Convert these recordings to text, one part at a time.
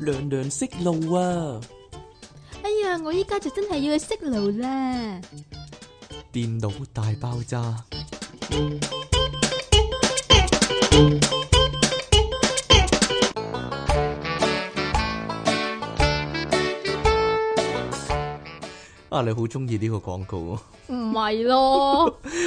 娘娘息怒啊！哎呀，我依家就真係要去熄爐啦！電腦大爆炸，啊，你好中意呢個廣 告啊！唔係咯，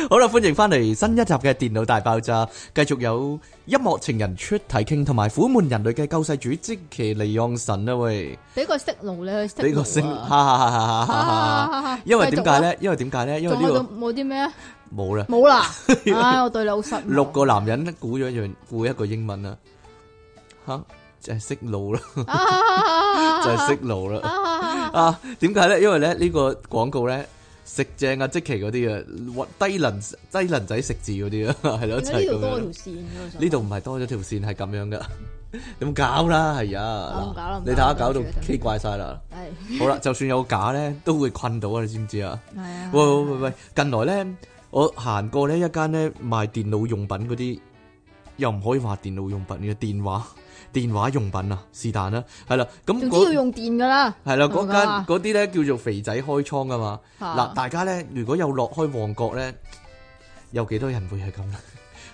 好啦，歡迎翻嚟新一集嘅電腦大爆炸，繼續有音樂情人出題傾，同埋苦悶人類嘅救世主即其利昂神啊喂！俾個熄爐你去熄爐啊呢個聲，哈哈哈哈哈哈 À. 哈哈！因為點解咧？因為點解咧？因為仲呢有個冇啲咩啊？冇啦。冇啦！唉，我對你好失望。六個男人估咗一樣，估一個英文啦，吓就係識路啦，啊，就係識路 À. 啦。啊啊，點解咧？因為咧呢個廣告咧食正啊，即奇嗰啲啊，或低能低能仔食字嗰啲 啊，係咯，點就解呢係度咁多條樣。線嘅？我想呢度唔係多咗條線，係咁樣噶，咁搞啦，係唔搞啦啊唔，搞啦你睇下搞到對唔住對唔住 K 怪晒啦。係好啦，就算有假咧，都會困到啊，你知唔知啊？係啊，喂喂喂喂，近來咧，我行過呢一間咧賣電腦用品嗰啲，又唔可以話電腦用品嘅電話 電話用品啊，是但啦，係啦，咁總之要嗰用電㗎啦。係啦，係嗰咪間咁啊嗰啲咧叫做肥仔開倉啊嘛，嚇嗱，大家咧如果有落開旺角咧，有幾多人會係咁咧？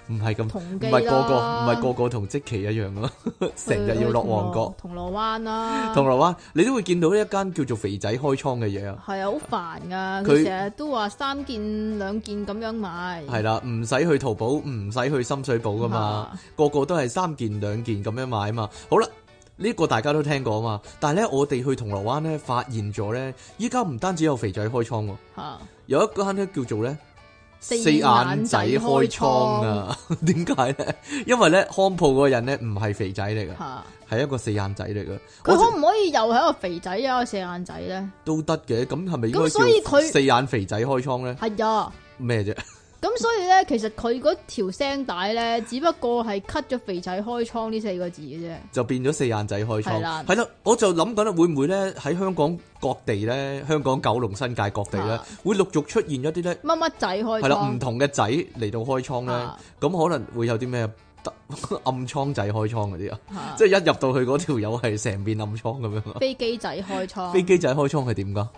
唔係咁，同唔機係個個，唔啦係個個同即期一樣咯，成日去要落旺角、銅鑼銅鑼灣啦。銅鑼灣，你都會見到呢一間叫做肥仔開倉嘅嘢啊。係啊，好煩噶，佢佢成日都話三件兩件咁樣買，系啦，唔使去淘寶，唔使去深水埗噶嘛啊，個個都係三件兩件咁樣買嘛。好啦，呢、個大家都聽過啊嘛。但係呢，我哋去銅鑼灣呢，發現咗呢，依家唔單止有肥仔開倉喎，嚇有一間呢叫做呢四眼仔開倉啊。 點解呢？因為呢，康鋪嗰個人呢唔係肥仔嚟噶，嚇，係一個四眼仔嚟噶。佢我可唔可以又係一個肥仔啊，一個四眼仔咧？都得嘅，咁係咪咁所以應該佢叫四眼肥仔開倉呢？係啊，咩啫？咁所以咧，其實佢嗰條聲帶咧，只不過係 cut 咗肥仔開倉呢四個字嘅啫。就變咗四眼仔開係倉啦，係啦，我就諗緊啦，會唔會咧喺香港各地咧，香港九龍新界各地咧啊，會陸續出現一啲咧，乜乜仔開係啦，唔倉，同嘅仔嚟到開倉咧啊，咁可能會有啲咩得 暗倉仔開倉嗰啲啊，嚇即係一入到去嗰條友係成面暗倉咁 樣啊。飛機仔開倉，飛機仔開倉係點噶？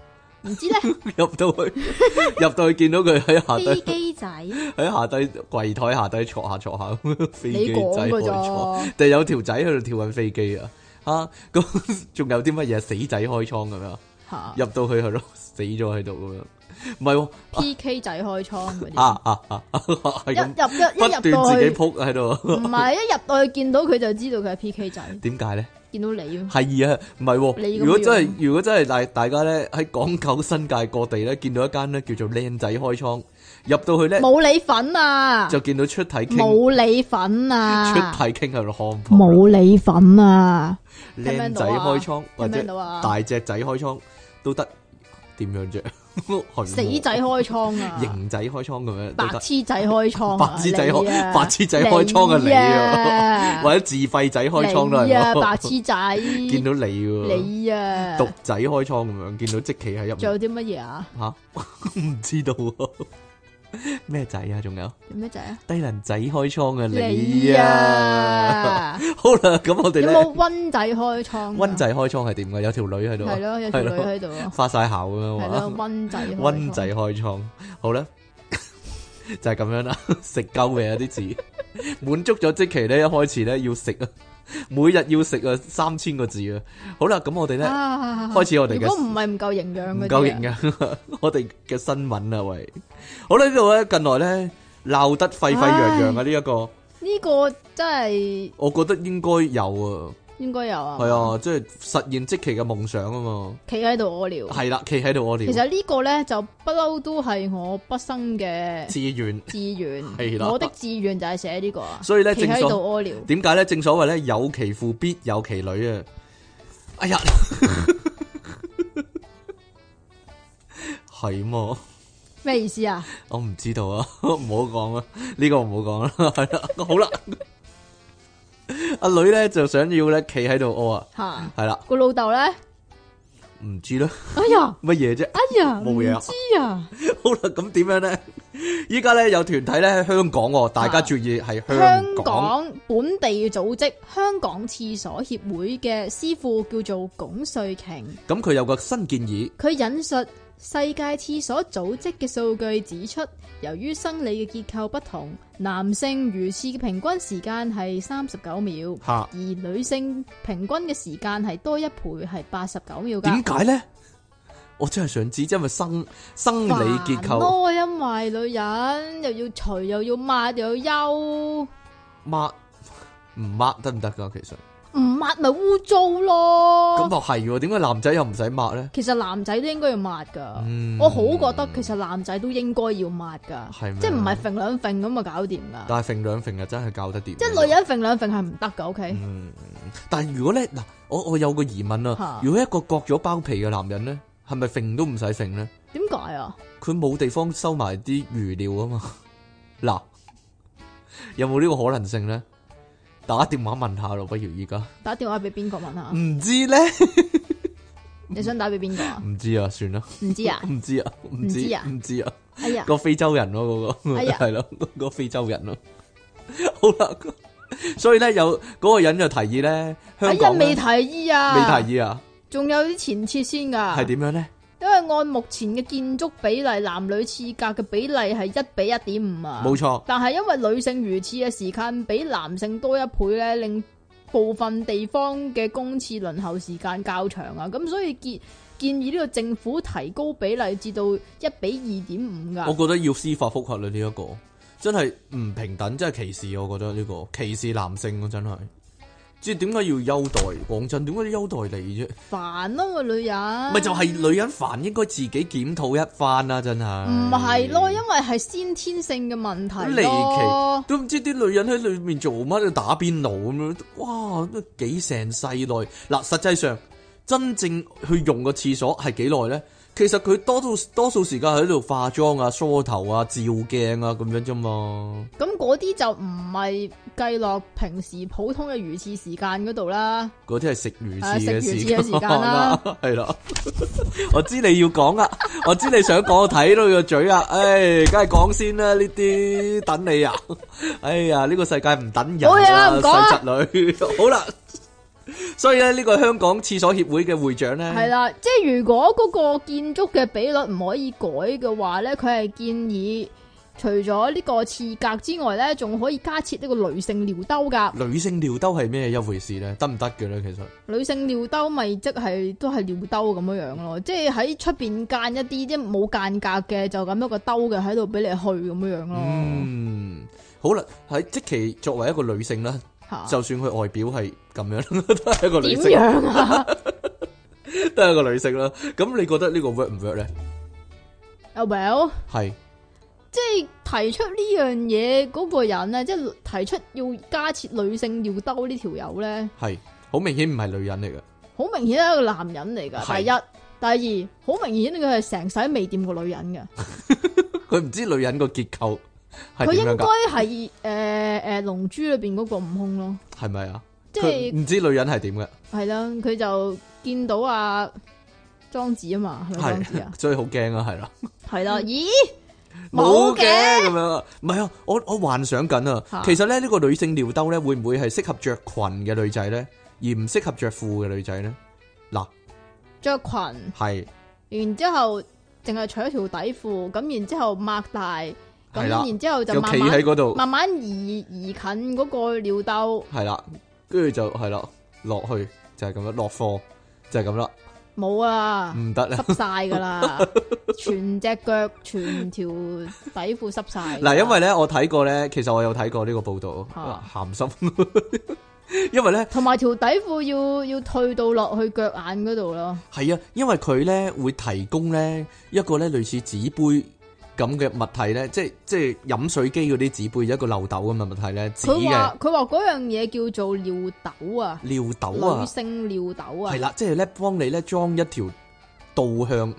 唔知咧， 入到去， 入到去見到佢喺下飛低機仔，喺下低櫃台下低坐下坐下咁樣，飛你機仔開講嘅倉。咋？就有條仔喺度跳緊飛機啊！啊，咁 仲有啲乜嘢死仔開倉咁啊樣，嚇入到去係咯， 死咗喺度咁樣，唔係 P K 仔開倉嗰喎，啲，啊啊 啊，係一咁入不嗯一斷一入到自己去。撲喺度，唔係一入到去見到佢就知道佢係 P K 仔，點解咧？見到你 啊係啊，唔係喎，你咁如果真係樣如果真係大大家咧喺港九新界各地咧見到一間咧叫做靚仔開倉，入到去咧冇你份啊，就見到出體傾，冇你份出啊，體傾喺度看鋪啦，冇你份啊，靚仔開倉聽或唔聽者到啊？大隻仔開倉都得，點樣啫？ 係喎死仔開倉啊，型仔開倉咁樣白都得，痴仔開倉啊， 白痴仔開你啊白痴仔開倉啊你啊 啊或者自費仔開倉都你啊，係白喎，痴仔， 見到你喎，你啊，獨仔開倉咁樣，見到即企喺入仲面有啲乜嘢啊？吓， 唔知道喎咩仔啊？仲有有咩仔啊？低能仔開倉啊你你啊！ 啊，好啦，咁我哋有咧冇温仔開倉啊？温仔開倉係點噶？有條女喺度啊，係咯，有條女係咯喺度啊，發晒姣咁樣係咯，嘛，温仔開温倉仔開倉，好啦。 就係咁樣啦， 食鳩嘅有啲字。 滿足咗即期咧，一開始咧要食啊，每日要食啊三千個字啊。好啦，咁我哋咧啊開始我哋嘅如果唔係唔夠營養唔嗰啲啊，夠型噶， 我哋嘅新聞啊喂。好啦，呢度咧近來咧鬧得沸沸揚揚啊呢一個，呢個真係我覺得應該有應該有啊，啊。係，啊，即係實現即期嘅夢想啊嘛。企喺度屙尿。係啊啦，企喺度我其哋實呢個咧就不嬲都係我畢生嘅志願，志願。 係啦我的志願就係寫呢個啊。所以咧企正喺度所 屙尿，點解咧？正所謂咧，有其父必有其女啊！哎呀， 係麼？咩意思啊？我唔知道啊， 唔好講啦，呢、個唔好講啦， 係啦，好啦，阿女咧就想要咧企喺度屙啊，吓係啦，個老 豆咧，唔知啦，哎呀，乜嘢啫？ 哎呀，冇嘢啊唔知啊，好啦，咁點樣咧？依家咧有團體咧喺香港喎，大家啊注意係香香港。港本地組織香港廁所協會嘅師傅叫做龚瑞瓊，咁佢有個新建議，佢引述世界廁所組織嘅數據指出，由於生理嘅結構不同，男性如廁嘅平均時間係三十九秒，吓而女性平均嘅時間係多一倍，係八十九秒㗎。點解咧？我真係想知，因為生生理結煩構咯，因為女人又要除又要抹又要休，抹唔抹得唔得噶？其實唔抹咪污糟咯。咁啊又係喎，點解男仔又唔使抹咧？其實男仔都應該要抹噶，嗯我好覺得其實男仔都應該要抹噶，係咩即系唔係揈兩揈咁啊搞掂噶，但係揈兩揈啊，真係教得掂。即系女人揈兩揈係唔得噶，OK？嗯，但係如果咧嗱，我我有個疑問啊嚇，如果一個割咗包皮嘅男人咧，係咪揈都唔使揈咧？點解啊？佢冇地方收埋啲魚料啊嘛。嗱，有冇呢個可能性咧？打電話問下咯，不如依家打電話俾邊個問下？唔知咧，你想打俾邊個啊？唔知啊，算啦，唔 知啊？唔知啊，唔唔知知啊唔知啊，哎呀，個非洲人咯，嗰個哎呀 係咯，嗰個非洲人咯， 好啦，所以咧有嗰個人就提議咧，哎香呀，港呢未提議啊，未提議啊，仲有啲前設先㗎。係點樣咧？因為按目前嘅建築比例，男女廁格嘅比例係一比一點五啊。冇錯。但係因為女性如廁嘅時間比男性多一倍咧，令部分地方嘅公廁輪候時間較長啊，咁所以建建議呢個政府提高比例至到一比二點五啊我覺噶。得要司法覆核啦，呢、一個真係唔平等，真係歧視。我覺得呢、個歧視男性啊，真係。即係點解要優待？講真，點解要優待你啫？煩咯、個女人，咪、就係女人煩，應該自己檢討一番啦，真係。唔係咯？因為係先天性嘅問題離咯奇，。都唔知啲女人喺裏面做乜，打邊爐咁樣，哇，都幾成世內。嗱，實際上真正去用個廁所係幾耐咧？其實佢多數多數時間喺度化妝啊、梳頭啊、照鏡啊咁樣啫嘛。咁嗰啲就唔係計落平時普通嘅如廁時間嗰度啦。嗰啲係食魚翅啊食嘅魚時翅間嘅時間啦， 係啦。我知你要講啊，我知你想講，我睇到你個嘴啊，唉，梗係講先啦，呢啲等你啊， 哎呀，呢個世界唔等人冇嘢啦唔講啦細侄女， 好啦。所以咧，呢個香港廁所協會嘅會長咧，系啦，即系如果嗰個建築嘅比率唔可以改嘅話咧，佢係建議除咗呢個廁格之外咧，仲可以加設呢個女性尿兜噶。女性尿兜係咩一回事咧？得唔得嘅咧？其實女性尿兜咪即係都係尿兜咁樣樣咯，即係喺出边間一啲即係冇間隔嘅，就咁一個兜嘅喺度俾你去咁樣樣咯。嗯，好啦，喺即其作為一個女性啦，吓就算佢外表係咁樣， 都係一個女點性。樣啊？ 都係一個女性啦。咁你覺得呢個 work 唔 work 咧？啊 well。係即系提出呢样嘢嗰个人咧，即系提出要加设女性尿兜呢条友咧，係，好明顯唔係女人嚟嘅。好明显系一个男人嚟係噶。第一，第二，好明显佢系成世都未掂過女人嘅，佢唔知女人個結構佢係點樣應㗎，該係诶诶《龍珠》裏边嗰個悟空咯，係咪啊？即佢係唔知女人係點嘅，係啦，佢就見到阿莊子啊嘛，係咪莊子 啊係，？所以好驚啊，係啦，係啦，咦，冇冇嘅嘅，咁樣啊，唔係啊，我我幻想緊啊，嚇其實咧呢個女性尿兜咧，會唔會係適合着裙嘅女仔咧，而唔適合着褲嘅女仔咧？嗱，着裙，係然之后净系除咗條底褲，咁然之后擘大，係啦咁然之后就又慢企慢喺嗰度，慢慢移移近嗰個尿兜，係啦，跟住就係啦，落去就係咁樣落貨就係咁啦，冇啊，唔得啦。濕晒噶啦，全隻腳、全條底褲濕晒。嗱，因為咧，我睇過咧，其實我有睇過呢個報道，啊鹹濕。 因為咧，同埋條底褲要要退到落去腳眼嗰度咯，係啊，因為佢咧會提供咧一個咧類似紙杯咁嘅物體咧，即係即係飲水機嗰啲紙杯一個漏斗咁嘅物體咧，紙佢嘅話佢話嗰樣嘢叫做尿斗啊，尿斗女啊，性尿斗啊係，啦，即係咧幫你咧裝一條導向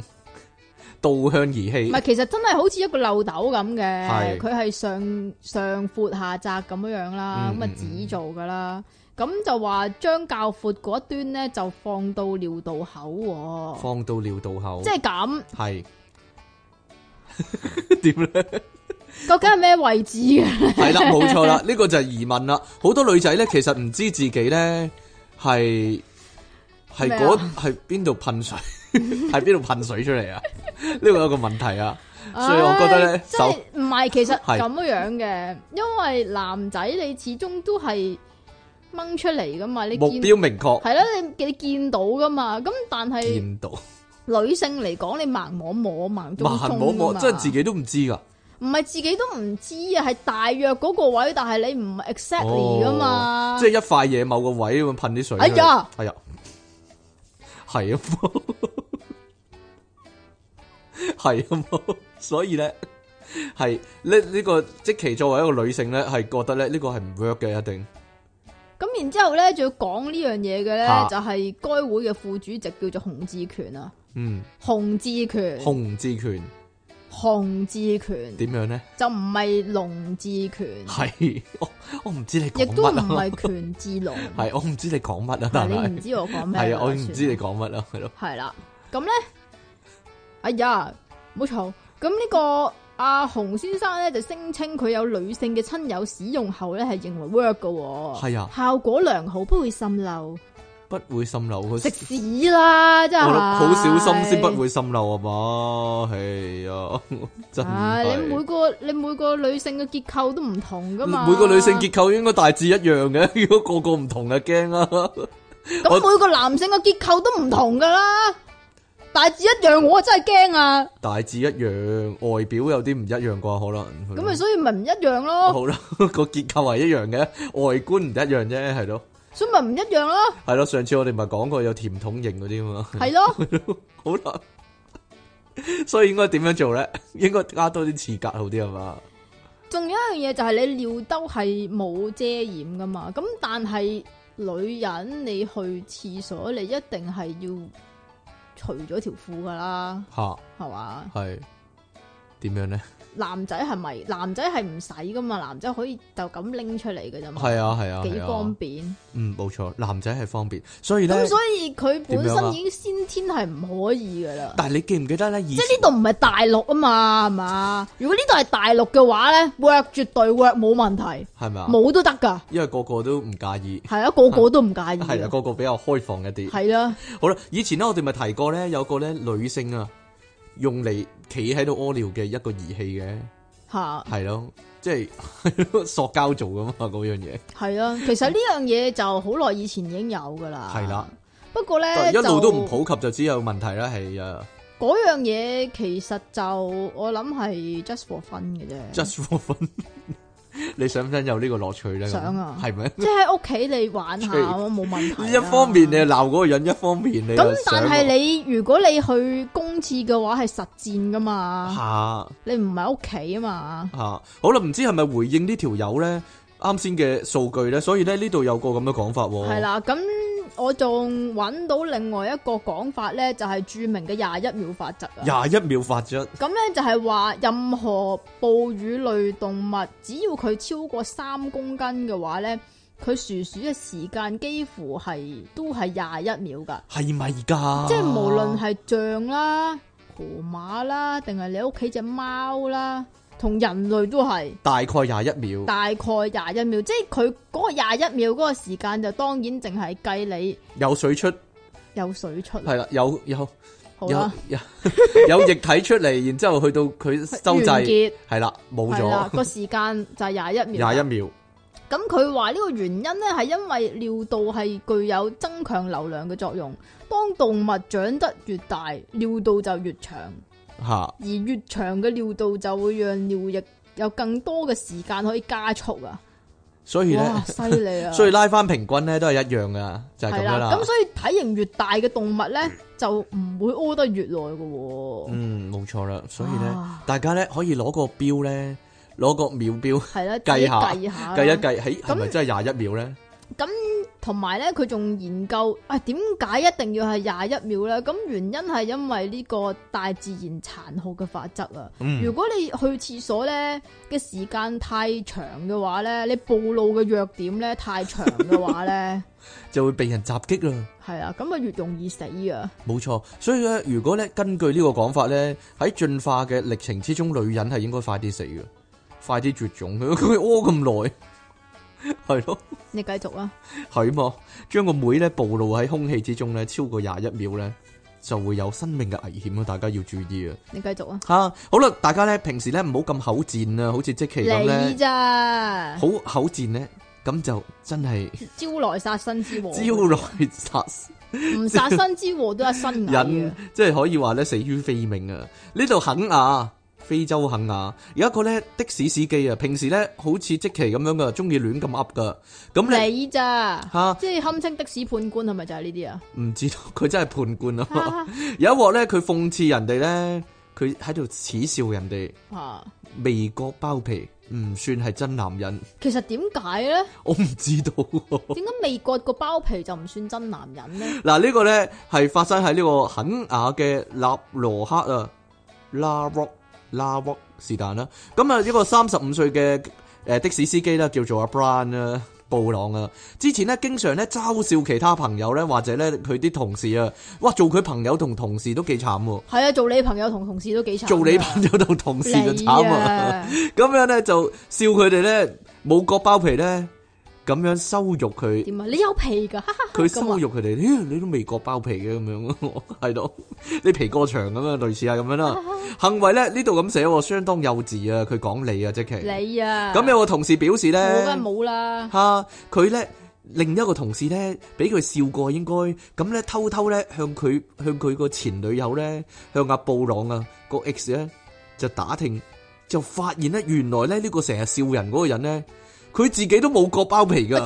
導向儀唔器係，其實真係好似一個漏斗咁係嘅，佢係上上闊下窄咁樣樣啦，嗯咁啊嗯紙做噶啦，咁就話將較闊嗰一端咧就放到尿道口喎。放到尿道口即，係咁，係 點咧？究竟係咩位置啊嘅？係啦，冇錯啦，呢個就係疑問啦。好多女仔咧，其實唔知自己咧係係咩啊嗰係邊度噴 水，係邊度噴水出嚟啊？呢個有個問題啊，所以我覺得咧唉，即手係唔係其實係咁樣嘅，因為男仔你始終都係掹出嚟噶嘛，你目見標明確，係啦，你你見到噶嘛，咁但係見到女性嚟講，你盲摸摸盲中盲摸中摸，啊㗎嘛真係自己都唔知㗎。唔係自己都唔知啊，係大約嗰個位，但係你唔係 exactly 噶嘛，哦即係一塊嘢某個位咁樣噴啲水。哎呀，哎呀，係啊， 係啊，所以咧係呢呢個即其作為一個女性咧，係覺得咧呢個係唔 work 嘅，一定咁然之後咧，仲要講呢樣嘢嘅咧嚇，就係該會嘅副主席叫做洪志權啊，嗯，洪志權，控制權洪志權點樣咧？就唔係龍志權。係 我我唔知你嗯亦講都唔乜啊，係權志龍， 係我唔知你講乜啊，係但你唔係知我講咩？係啊，我唔知你講乜啊，係咯，係啦，咁咧，哎呀，冇嘈。咁呢、個阿洪先生咧就聲稱佢有女性嘅親友使用後咧係認為 work 嘅、喎，係啊，效果良好，不會滲漏，不會滲漏，食屎啦，真我係諗好小心先不。會滲漏啊嘛，係啊， 真唉，係。你每個你每個女性嘅結構都唔同噶嘛，每個女性結構應該大致一樣嘅， 如果個個唔同嘅驚啦。咁每個男性嘅結構都唔同噶啦，大致一樣，我真係驚啊！大致一樣，外表有啲唔一樣啩，可能。咁咪所以咪唔一樣咯，好啦， 個結構係一樣嘅，外觀唔一樣啫，係咯，所以咪唔一樣 咯，係咯。上次我哋咪講過有甜筒型嗰啲嘛， 係咯，好啦。所以應該點樣做咧？ 應該加多啲刺格好啲係嘛？仲有一樣嘢就係你尿兜係冇遮掩噶嘛，咁但係女人你去廁所你一定係要除咗條褲噶啦，吓，係嘛？係點樣咧？男仔係咪？男仔係唔使噶嘛，男仔可以就咁拎出嚟噶啫嘛，係啊，係啊，幾係方啊。便。嗯，冇錯，男仔係方便，所以咧咁，所以佢本點樣啊身已經先天係唔可以噶啦。但係你記唔記得咧？以即係呢度唔係大陸啊嘛，係嘛？如果呢度係大陸嘅話咧，work 絕對 work 冇問題，係咪啊？冇都得噶。因為個個都唔介意，係啊，個個都唔介意。係啊，個個比較開放一啲。係啦，好啦，以前咧我哋咪提過咧，有個咧女性啊，用嚟企喺度屙尿嘅一個儀器嘅，吓係咯，即係 塑膠做噶嘛嗰樣嘢，係啦。其實呢樣嘢就好耐以前已經有噶啦。係啦。不過咧，但係一路都唔啊就普及就只有問題啦，係啊嗰樣嘢其實就我諗係 just for fun 嘅啫， ，just for fun，你想唔想有呢個樂趣咧？咁想啊係咪？即係喺屋企你玩下吹冇問題啦。啊一方面你又鬧嗰個人，一方面你咁，但係係你如果你去公廁嘅話係實戰噶嘛，嚇。你唔係屋企啊嘛。啊，好啦，唔知係咪回應呢條友咧啱先嘅數據咧，所以咧呢度有個咁嘅講法喎。系，啦，咁我仲揾到另外一個講法咧，就係著名嘅廿一秒法則啊。廿一秒法則咁咧就係話，任何哺乳類動物，只要佢超過三公斤嘅話咧，佢薯鼠嘅時間幾乎係都係廿一秒噶。係咪㗎？即係無論係象啦、河馬啦，定係你屋企只貓啦，同人類都係大概廿一秒，大概廿一秒。即係佢嗰個廿一秒嗰個時間就當然淨係計你有水出有水出嚟係啦，有有好有啦，有有 液體出嚟，然之後去到佢收完掣，結係啦，冇係啦，咗個時間就係廿一秒啦。廿一秒，咁佢話呢個原因咧係因為尿道係具有增強流量嘅作用。當動物長得越大，尿道就越長，嚇而越長嘅尿道就會讓尿液有更多嘅時間可以加速啊！所以哇，咧，犀利啊！所以拉翻平均咧都係一樣㗎，就係咁係樣啦，啦咁。所以體型越大嘅動物咧就唔會屙得越耐嘅喎。嗯，冇錯啦，所以咧啊，大家咧可以攞個錶咧，攞個秒錶係啦，計下自己計下啦計一計，喺係咪真係廿一秒咧？同埋咧，佢仲研究啊，點解一定要係廿一秒咧？咁原因係因為呢個大自然殘酷嘅法則啊！嗯如果你去廁所咧嘅時間太長嘅話咧，你暴露嘅弱點咧太長嘅話 咧，就會被人襲擊啦。係啊，咁啊越容易死啊！冇錯，所以咧，如果咧根據呢個講法咧，喺進化嘅歷程之中，女人係應該快啲死嘅，快啲絕種佢， 佢屙咁耐，係咯，你繼續啊，係嘛？將個妹咧暴露喺空氣之中咧，超過廿一秒咧，就會有生命嘅危險啊！大家要注意啊！你繼續啊，吓、好啦，大家咧平時咧唔好咁口賤啊，好似即期咁你咧，咋好口賤咧，咁就真係招來殺身之禍，招來殺唔殺身之禍都一身蟻人啊！即係可以話咧死於非命啊！呢度肯亞，非洲肯亞有一個咧的士司機啊，平時咧好似即期咁樣噶，中意亂咁噏噶，咁咧你咋吓即係堪稱的士判官係咪就係呢啲啊？唔知道佢真係判官 啊嘛！ 哈有一鑊咧，佢諷刺人哋咧，佢喺度恥笑人哋哈味覺包皮，唔算係真男人，其實點解咧？我唔知道喎。點解美國個包皮就唔算真男人咧？ 嗱，呢個咧係發生喺呢個肯雅嘅納羅克啊，拉沃拉沃是但啦。咁啊，一個三十五歲嘅誒的士司機啦，叫做阿 Brian 啦。布朗啊，之前咧經常咧嘲笑其他朋友咧，或者咧佢啲同事啊，哇做佢朋友同同事都幾慘喎，係啊，做你朋友同同事都幾慘啊。做你朋友同同事就慘 啊！你啊！咁樣咧就笑佢哋咧冇割包皮咧，咁樣羞辱佢。點啊？你有 皮㗎？哈哈佢咁羞啊辱佢哋，咦你都未割包皮嘅咁樣 咯，係咯，你皮過長咁樣，類似係咁樣啦。 行為咧呢度咁寫喎，相當幼稚啊！佢講你啊，即其咁你啊！有啊個同事表示我梗係咧，冇啦。嚇佢咧另一個同事咧俾佢笑過應該，咁咧偷偷咧向佢向佢個前女友咧向阿布朗啊個 X 咧就打聽，就發現咧原來咧呢個成日笑人嗰個人咧，佢自己都冇割包皮 㗎。哎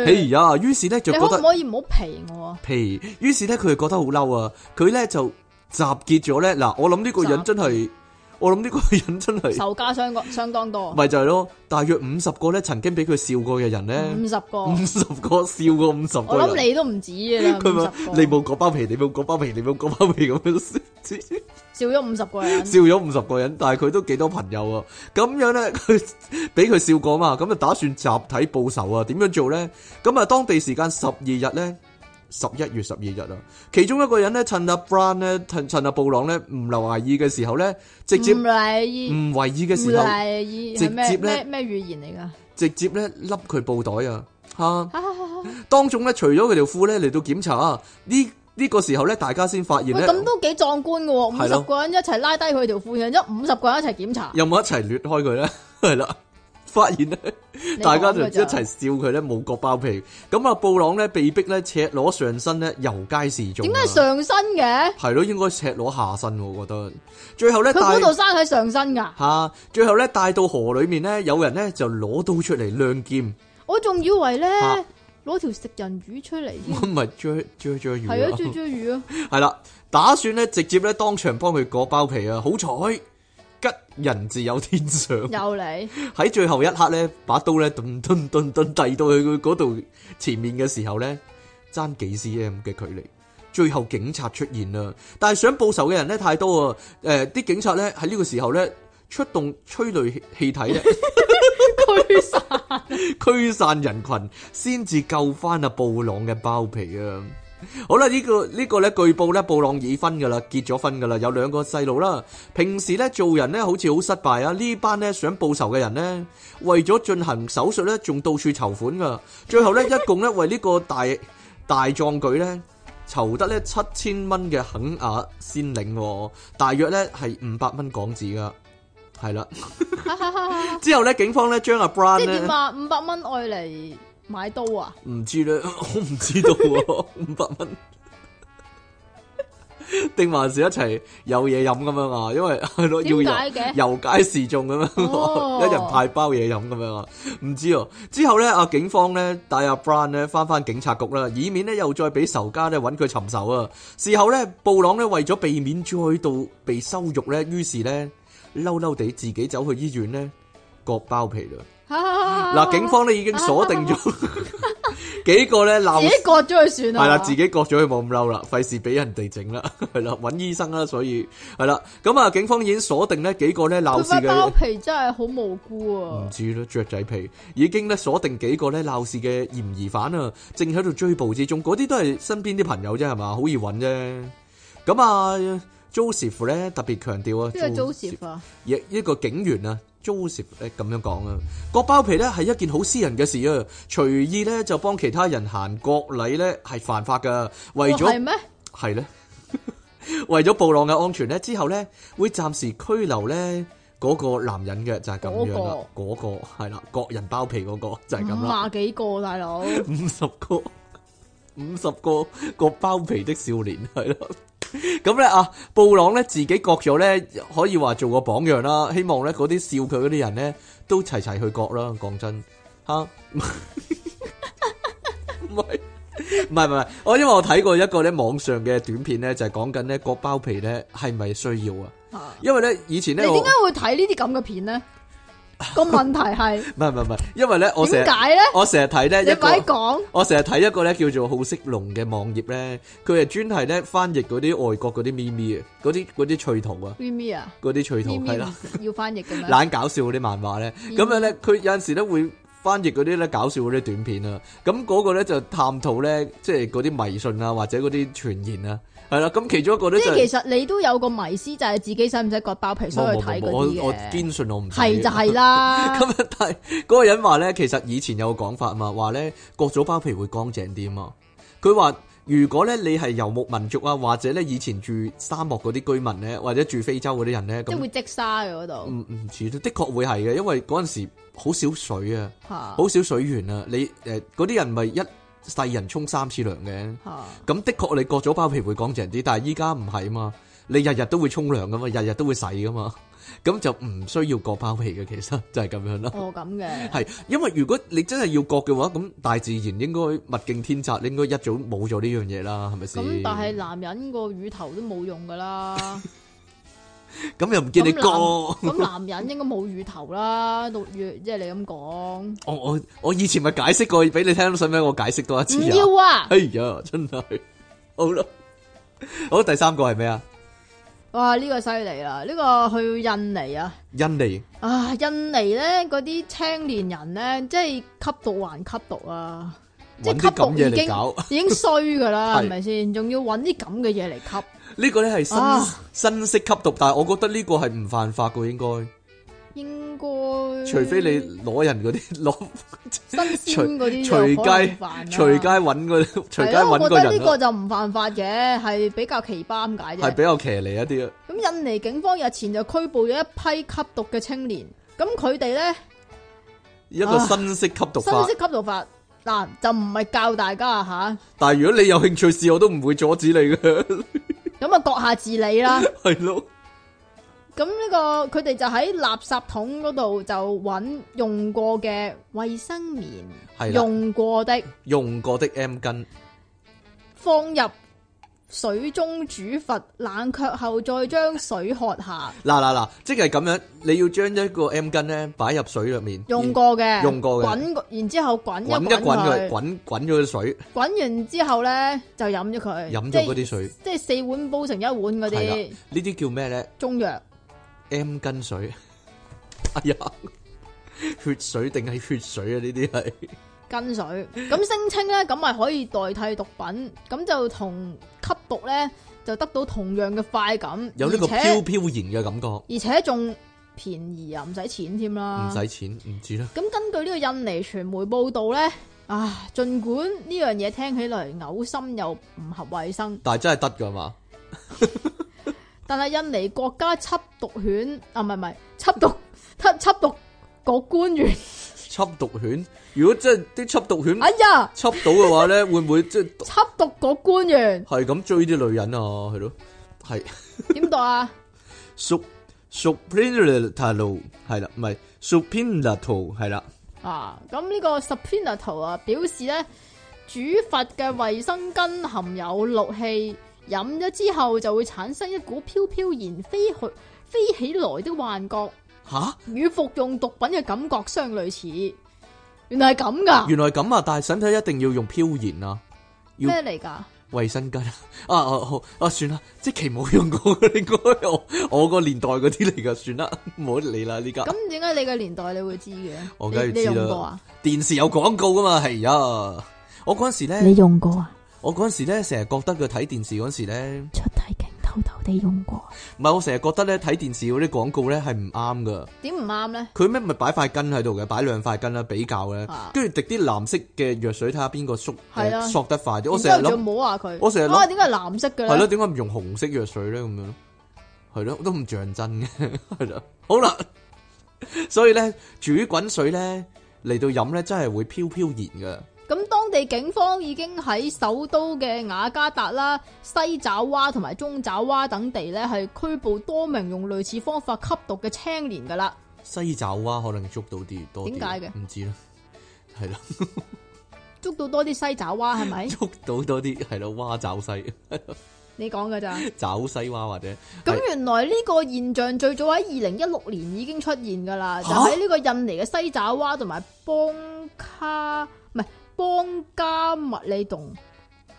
啊切呀，於是咧就你覺可得唔。可以唔好皮我啊？皮，於是咧佢就覺得好嬲啊！佢咧就集結咗咧嗱，我諗呢個人真係，我諗呢個人真係，仇家相相當多，啊咪就係咯，大約五十個咧曾經俾佢笑過嘅人咧，五十個。五十個笑過五十我個諗人。你都唔止㗎啦， 佢五話十個。你冇嗰包皮，你冇嗰包皮，你冇嗰包皮咁樣少咗五十個人。笑咗五十個人，但係佢都幾多朋友啊！咁樣咧， 佢俾佢笑過嘛，咁就打算集體報仇啊！點樣做咧？咁啊，當地時間十二日咧，十一月十二日啊，其中一個人咧，趁阿 Brown 咧，趁趁阿布朗咧唔留懷意嘅時候咧，直接唔唔嚟意，為意嘅唔時候，嚟意直係接咩咧咩咩語言嚟㗎？直接咧笠佢布袋啊！嚇、哈哈哈哈當眾咧除咗佢條褲咧嚟到檢查啊！呢呢、個時候咧，大家先發現喂，咧，咁都幾壯觀嘅喎！五係咯十個人一齊拉低佢條褲，然之後五十個人一齊檢查，有冇一齊掠開佢咧？ 係啦，發現咧。你大家講就㗎一咋齊笑啊佢咧冇割包皮，咁啊布朗咧被逼咧赤裸上身咧遊街示眾啊，點解係上身嘅？係咯？應該赤裸下身喎，我覺得。最後咧佢帶嗰度生喺上身㗎，吓、最後咧帶到河裡面咧，有人咧就攞刀出嚟亮劍， 我仲以為咧嚇啊攞條食人魚出嚟添，唔係追追追魚係啊，啊豬豬 魚啊，係啦，打算咧直接咧當場幫佢割包皮啊！好彩吉人自有天相，又嚟，喺最後一刻咧，把刀咧頓頓頓頓遞到去佢嗰度前面嘅時候咧，爭幾 cm 嘅距離。最後警察出現啦，但係想報仇嘅人咧太多啊！誒、啲警察咧喺呢個時候咧出動催淚氣體啊咧驅 散驅散人群，先至救翻啊布朗嘅包皮啊！好啦，呢、個呢、個咧據報咧布朗已婚噶啦，結咗婚噶啦，有兩個細路啦。平時咧做人咧好似好失敗啊！呢班咧想報仇嘅人咧，為咗進行手術咧，仲到處籌款噶。最後咧一共咧為呢個大大壯舉咧籌得咧七千蚊嘅肯雅先領喎，大約咧係五百蚊港紙噶。係啦，之後咧警方咧將阿 Brown 即係咧點。啊？五百蚊愛嚟買刀啊！唔知咧， 我唔知道喎， 五百蚊。定還是一齊有嘢飲咁樣啊？因為 係咯，點要解嘅？遊遊街示眾咁樣，哦一人派包嘢飲咁樣啊？唔知啊。之後咧，阿警方咧帶阿 Brown 咧翻翻警察局啦，以免咧又再俾仇家咧揾佢尋仇啊。事後咧，布朗咧為咗避免再度被羞辱咧，於是咧嬲嬲地自己走去醫院咧割包皮啦。嗱嗱，警方咧已經鎖定咗 幾個咧鬧 自己割咗佢算啊啦，係啦，自己割咗佢冇咁嬲啦，費事俾人哋整啦， 係啦，揾醫生啦，所以係啦，咁啊，警方已經鎖定呢幾個咧鬧佢事塊包嘅，皮真係好無辜唔啊！知啦，雀仔皮已經咧鎖定幾個咧鬧事嘅嫌疑犯啊，正喺度追捕之中，嗰啲都係身邊啲朋友啫，係嘛，好易揾啫。咁啊， Joseph 咧特別強調啊，邊個 Joseph 啊？亦一個警員啊，Joseph 咧咁樣講啊，割包皮咧係一件好私人嘅事啊，隨意咧就幫其他人行割禮咧係犯法噶，為哦係咗咩？係咧， 為咗布朗嘅安全咧，之後咧會暫時拘留咧嗰個男人嘅就係咁樣啦，嗰個係啦，割人包皮嗰個就係咁啦，五廿幾個 大佬，五十個五十個個包皮的少年係咯。咁咧啊，布朗咧自己割咗咧，可以話做個榜樣啦。希望咧嗰啲笑佢嗰啲人咧，都齊齊去割啦。講真，吓 唔係唔係唔係，我因為我睇過一個咧網上嘅短片咧，就係講緊咧割包皮咧係咪需要啊？啊因為咧以前你咧點我解唔會睇呢啲咁嘅片咧？個問題係係唔係唔係，因為咧我成日點解咧？我成日睇咧你一個快。講我成日睇一個咧叫做好色龍嘅網頁咧，佢係專係咧翻譯嗰啲外國嗰啲咪咪啊，嗰啲嗰啲趣圖啊，咪咪啊？嗰啲趣圖咪咪係啦，唔要翻譯嘅咩？懶搞笑嗰啲漫畫咧，嗯咁樣咧佢有陣時咧會翻譯嗰啲咧搞笑嗰啲短片啊，咁嗰個咧就探討咧即係嗰啲迷信啊或者嗰啲傳言啊，係啦，咁其中一個咧即就係係其實你都有個迷思，就係自己使唔使割包皮，所以去冇冇冇睇嗰我我啲嘅。堅信我唔使係就係 啦，咁啊，但係嗰個人話咧，其實以前有個講法嘛，話咧割咗包皮會乾淨啲嘛。佢話如果咧你係遊牧民族啊，或者咧以前住沙漠嗰啲居民咧，或者住非洲嗰啲人咧，即係咁會積沙嘅嗰度唔唔似，的確會係嘅，因為嗰陣時好少水啊，嚇好少水源啊，你誒嗰啲人咪一世人沖三次涼嘅。嚇。咁的確你割咗包皮會乾淨啲，但係依家唔係嘛，你日日都會沖涼噶嘛，日日都會洗噶嘛，咁就唔需要割包皮嘅，其實就係咁樣啦。哦咁嘅，係，因為如果你真係要割嘅話，咁大自然應該物競天擇，應該一早冇咗呢樣嘢啦，係咪先？咁但係男人個乳頭都冇用噶啦，咁又唔見你割，我咁男人應該冇乳頭啦，六月即係你咁講，我我以前咪解釋過俾你聽，使唔使我解釋多一次唔啊？要啊！哎呀，真係好啦，好第三個係咩啊？哇呢個犀利啦，呢個去印尼啊！印尼啊，印尼咧嗰啲青年人咧，即係吸毒還吸毒啊，即揾係吸啲咁毒嘢已嚟經搞， 已經衰噶啦，係係咪先？仲要揾啲咁嘅嘢嚟吸，呢個咧係新、啊新式吸毒，但係我覺得呢個係唔犯法嘅，應該，應該除非你攞人嗰啲攞新鮮嗰啲隨就可街能犯啦啊隨街揾個隨街係咯揾個我覺得呢人個咯，就唔犯法嘅，係比較奇葩咁解係啫。比較騎呢一啲啊。咁印尼警方日前就拘捕咗一批吸毒嘅青年，咁佢哋咧一個新式吸毒啊新法式，吸毒法嗱就唔係教大家啊但係如果你有興趣試，我都唔會阻止你嘅， 吓，咁啊閣下自理啦。係咯，咁呢、個佢哋就喺垃圾桶嗰度就揾用過嘅衛生棉，係啦，用過的用過的 M 巾放入水中煮沸，冷卻後再將水喝下。嗱嗱嗱，即係咁樣，你要將一個 M 巾咧擺入水入面，用過嘅，用過嘅滾過，然之後滾然一滾一滾佢，佢，滾滾咗啲水，滾完之後咧就飲咗佢，飲即咗係嗰啲水，即係四碗煲成一碗嗰係啲啦呢啲叫咩咧中藥， ？M 巾水， 哎呀，血水定係血水啊？呢啲係跟水，咁聲稱咧，咁咪可以代替毒品，咁就同吸毒咧就得到同樣嘅快感，有呢個而且飄飄然嘅感覺，而且仲便宜啊，唔使錢添唔啦。使錢，唔知啦，咁根據呢個印尼傳媒報道咧，啊，儘管呢樣嘢聽起嚟嘔心又唔合衞生， 但係真係得㗎嘛？但係印尼國家緝毒犬啊，唔係唔係緝毒緝緝毒局官員，緝毒犬，如果真係啲緝毒犬哎呀，緝到嘅話咧，會唔會即係？緝毒局官員系咁追啲女人啊，係咯，係點讀啊？ sup supinatalo 係啦，唔係 supinatal 係啦，啊，咁呢個 subpoena 圖啊表示咧，煮佛嘅衛生巾含有氯氣，飲咗之後就會產生一股飄飄然飛去飛起來的幻覺，吓與服用毒品嘅感覺相類似。原來係咁噶，原來咁啊，但係使唔使一定要用飄然啊？要咩嚟噶？衛生巾啊啊啊好啊，算啦，即期冇用過嘅，應該我我個年代嗰啲嚟噶，算啦，唔好理啦呢家。咁點解你嘅年代你會知嘅？我梗係你你知啦用過啊？電視有廣告噶嘛，係啊，我嗰陣時咧，用過啊？我嗰陣時咧成日覺得佢睇電視嗰陣時咧。出體鏡頭偷偷地用過。啊唔係我成日覺得咧睇電視嗰啲廣告咧係唔啱噶。點唔啱咧？佢咩咪擺塊巾喺度嘅，擺兩塊巾啦，比較咧啊，跟住滴啲藍色嘅藥水，睇下邊個縮呃係啊縮得快啲。我然之成後日仲諗要摸下佢。我成日諗啊，點解係藍色嘅係咯，咧？點解唔用紅色藥水咧？咁樣係咯，都唔像真嘅， 係咯。好啦，所以咧煮滾水咧嚟到飲咧，真係會飄飄然噶。咁當地警方已經喺首都嘅雅加達啦、西爪哇同埋中爪哇等地咧，係拘捕多名用類似方法吸毒嘅青年噶啦。西爪哇可能捉到啲多啲，點解嘅唔知啦，係啦，？捉到多啲西爪哇係咪 捉到多啲係咯，蛙爪西、你講噶咋？爪西蛙或者咁係原來呢個現象最早喺二零一六年已經出現㗎啦，就吓喺呢個印尼嘅西爪哇同埋邦卡唔係邦加密里洞，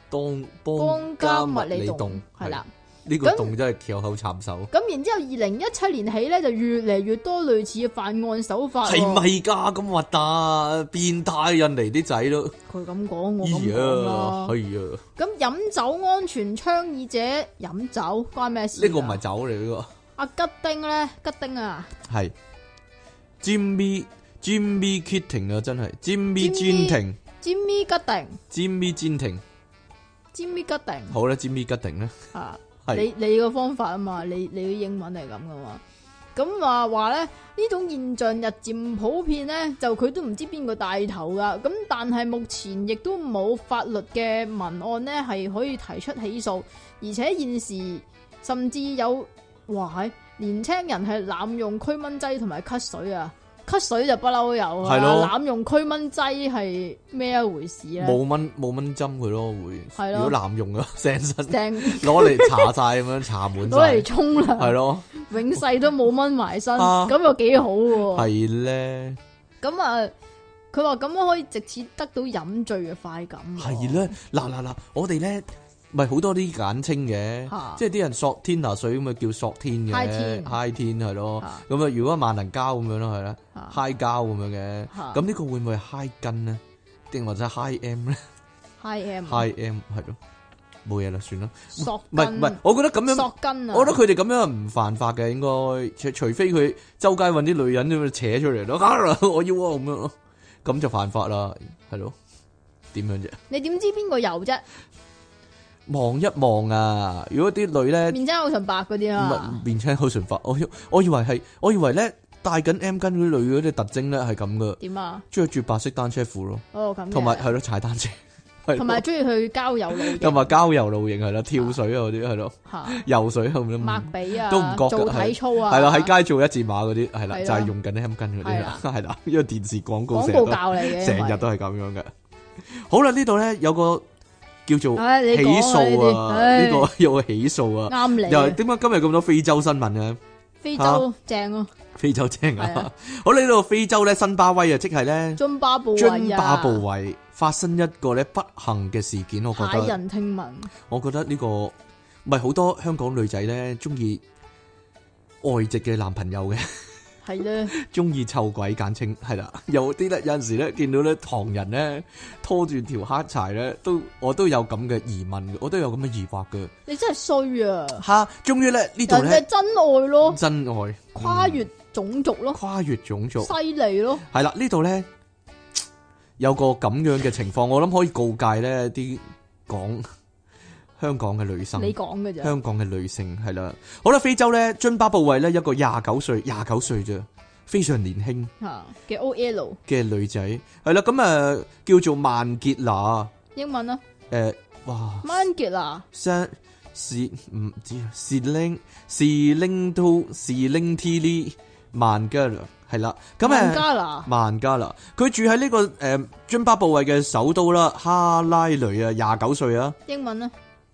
當邦邦加加密密里里洞洞係啦。。呢個咁洞真係翹口插手，咁然之後，二零一七年起咧就越嚟越多類似嘅犯案手法喎。係咪㗎？咁核突，變態印尼啲仔咯，佢咁講，我咁咦講啦呀，。哎係呀，咁飲酒安全倡議者飲酒關咩事啊？呢個唔係酒嚟，呢阿吉丁咧，吉丁啊個係 Jimmy Jimmy Kitting 啊，真係 Jimmy Jimmy- Jenting ，Jimmy 吉 Jimmy Jenting，定，Jimmy 吉定好啦，Jimmy Kitting 咧啊。係你你個方法啊嘛，你你啲英文係咁噶嘛。咁話話咧，呢種現象日漸普遍咧，就佢都唔知邊個帶頭噶。咁但係目前亦都冇法律嘅文案咧，係可以提出起訴，而且現時甚至有哇係年青人係濫用驅蚊劑同埋咳水啊，咳水就不嬲有啊係，咯 濫用驅蚊劑係咩一回事啊咧？冇蚊冇蚊針佢咯，會係如咯果濫用啊， 成身攞正嚟搽晒咁樣，搽滿攞嚟晒，沖涼。係咯，永世都冇蚊埋身，啊咁又幾好喎。係咧，咁啊，佢話咁樣可以藉此得到飲醉嘅快感。係，咧，嗱嗱嗱，我哋咧咪好多啲簡稱嘅嚇，即係啲人索天啊水咁咪叫索天嘅 High 天，high 天係咯嚇，咁啊如果萬能膠咁樣咯係啦嚇，high 膠咁樣嘅，嚇咁呢個會唔會係 high 筋咧？定或者 high M 咧 high M ？high M 係咯，冇嘢啦，算啦，索唔係唔係根，，我覺得咁樣索。根啊！我覺得佢哋咁樣係唔犯法嘅，應該除除非佢周街揾啲女人咁樣扯出嚟咯， 啊我要啊咁樣咯，咁就犯法啦，係咯？點樣啫？你點知邊個有啫？望一望啊！如果啲女咧唔面青口唇白嗰啲啊係，面青口唇白，我以我以為係，我以為咧戴緊 M 巾嗰啲女嗰啲特徵咧係咁噶，點啊？着住白色單車褲咯，哦咁嘅，同埋係咯踩單車，係咯 同埋中意去郊遊路嘅，同 埋郊遊露營係啦，跳水啊嗰啲係咯，吓游水咁樣，抹髀啊，都唔覺㗎做體操啊，嗯係啦喺街做一字馬嗰啲係啦，係啦就係用緊 M 巾嗰啲啦， 係啦，因為電視廣告廣成日告都教你嘅，成日都係咁樣嘅。好啦，呢度咧有個叫做唉你起講啊訴啊，呢啲呢個有個起訴啊。啱你又係嘅。點解今日咁多非洲新聞嘅？非洲正咯，非洲精係啊啊！好啦呢度非洲咧，新巴威啊，即係咧津巴布韋啊津巴布韋發生一個咧不幸嘅事件，我覺駭得，人聽聞， 我覺得呢、個唔係好多香港女仔咧中意外籍嘅男朋友嘅， 係咧，中意臭鬼簡稱係啦。有啲咧有陣時咧見到咧唐人咧拖住條黑柴咧，都我都有咁嘅疑問嘅，我都有咁嘅疑惑嘅。你真係衰啊！吓，終於咧呢度人咧嘅真愛咯，真愛跨嗯越種族咯，跨越種族。犀利咯，系啦，呢度咧有個咁樣嘅情況，我諗可以告戒咧啲港香港嘅女生，你講嘅啫，香港嘅女性係啦。好啦，非洲咧津巴布韋咧一個廿九歲，廿九歲啫，非常年輕吓嘅 O L 嘅女仔係啦。咁誒、呃叫做曼傑娜誒、英文啊呃哇 m a n g e t 啊，聲是唔知啊是拎是拎都是拎 T 呢曼傑娜係啦。咁誒。加拿孟加啦，佢住喺呢、個誒、呃津巴布韋嘅首都啦，哈拉雷啊，廿九歲啊，英文啊，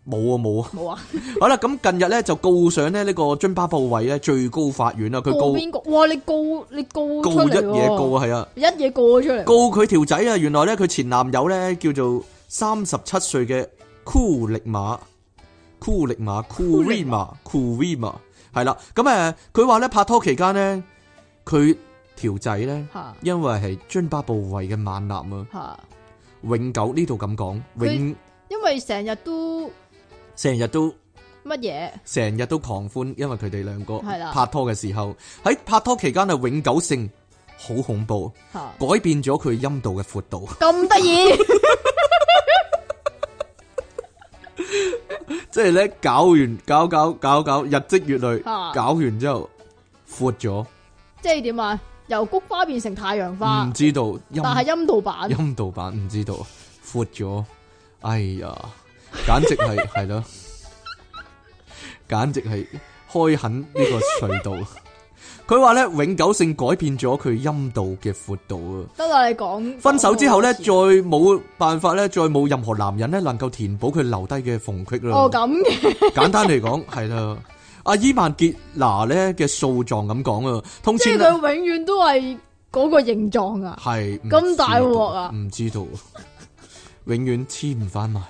冇啊冇 啊，冇啊，好啦，咁近日咧就告上咧呢個津巴布韋咧最高法院啊啦，佢告告邊個？哇，你告你告告出一嚟嘢告喎，啊，係啊，一嘢告咗出嚟，告佢條仔啊，原來咧佢前男友咧叫做三十七歲嘅酷力馬，酷力馬酷力瑞馬馬酷瑞馬係啦，咁誒佢話咧拍拖期間咧佢條仔咧吓因為係津巴布韋嘅猛男啊。吓，永久呢度咁講，永因為成日都成日都乜嘢？成日都狂歡，因為佢哋兩個係啦拍拖嘅時候，喺拍拖期間啊，永久性好恐怖，吓改變咗佢陰道嘅闊度。 咁得意， 即係咧搞完搞搞搞搞，日積月累，啊搞完之後闊咗，即系點啊？由菊花變成太陽花唔，知道陰但係陰道版陰道版唔知道闊咗，哎呀，簡直係係咯，簡直係開墾呢個隧道。佢話咧永久性改變咗佢陰道嘅闊度啊！得啦，你講分手之後咧，再講冇辦法咧，再冇任何男人咧能夠填補佢留低嘅縫隙嗯啦。哦咁嘅，簡單嚟講，係啦。阿伊曼傑娜咧嘅訴狀咁講啊，通即先係佢永遠都係嗰個形 狀啊！係唔咁大知道鑊啊唔知道，永遠黐唔翻埋。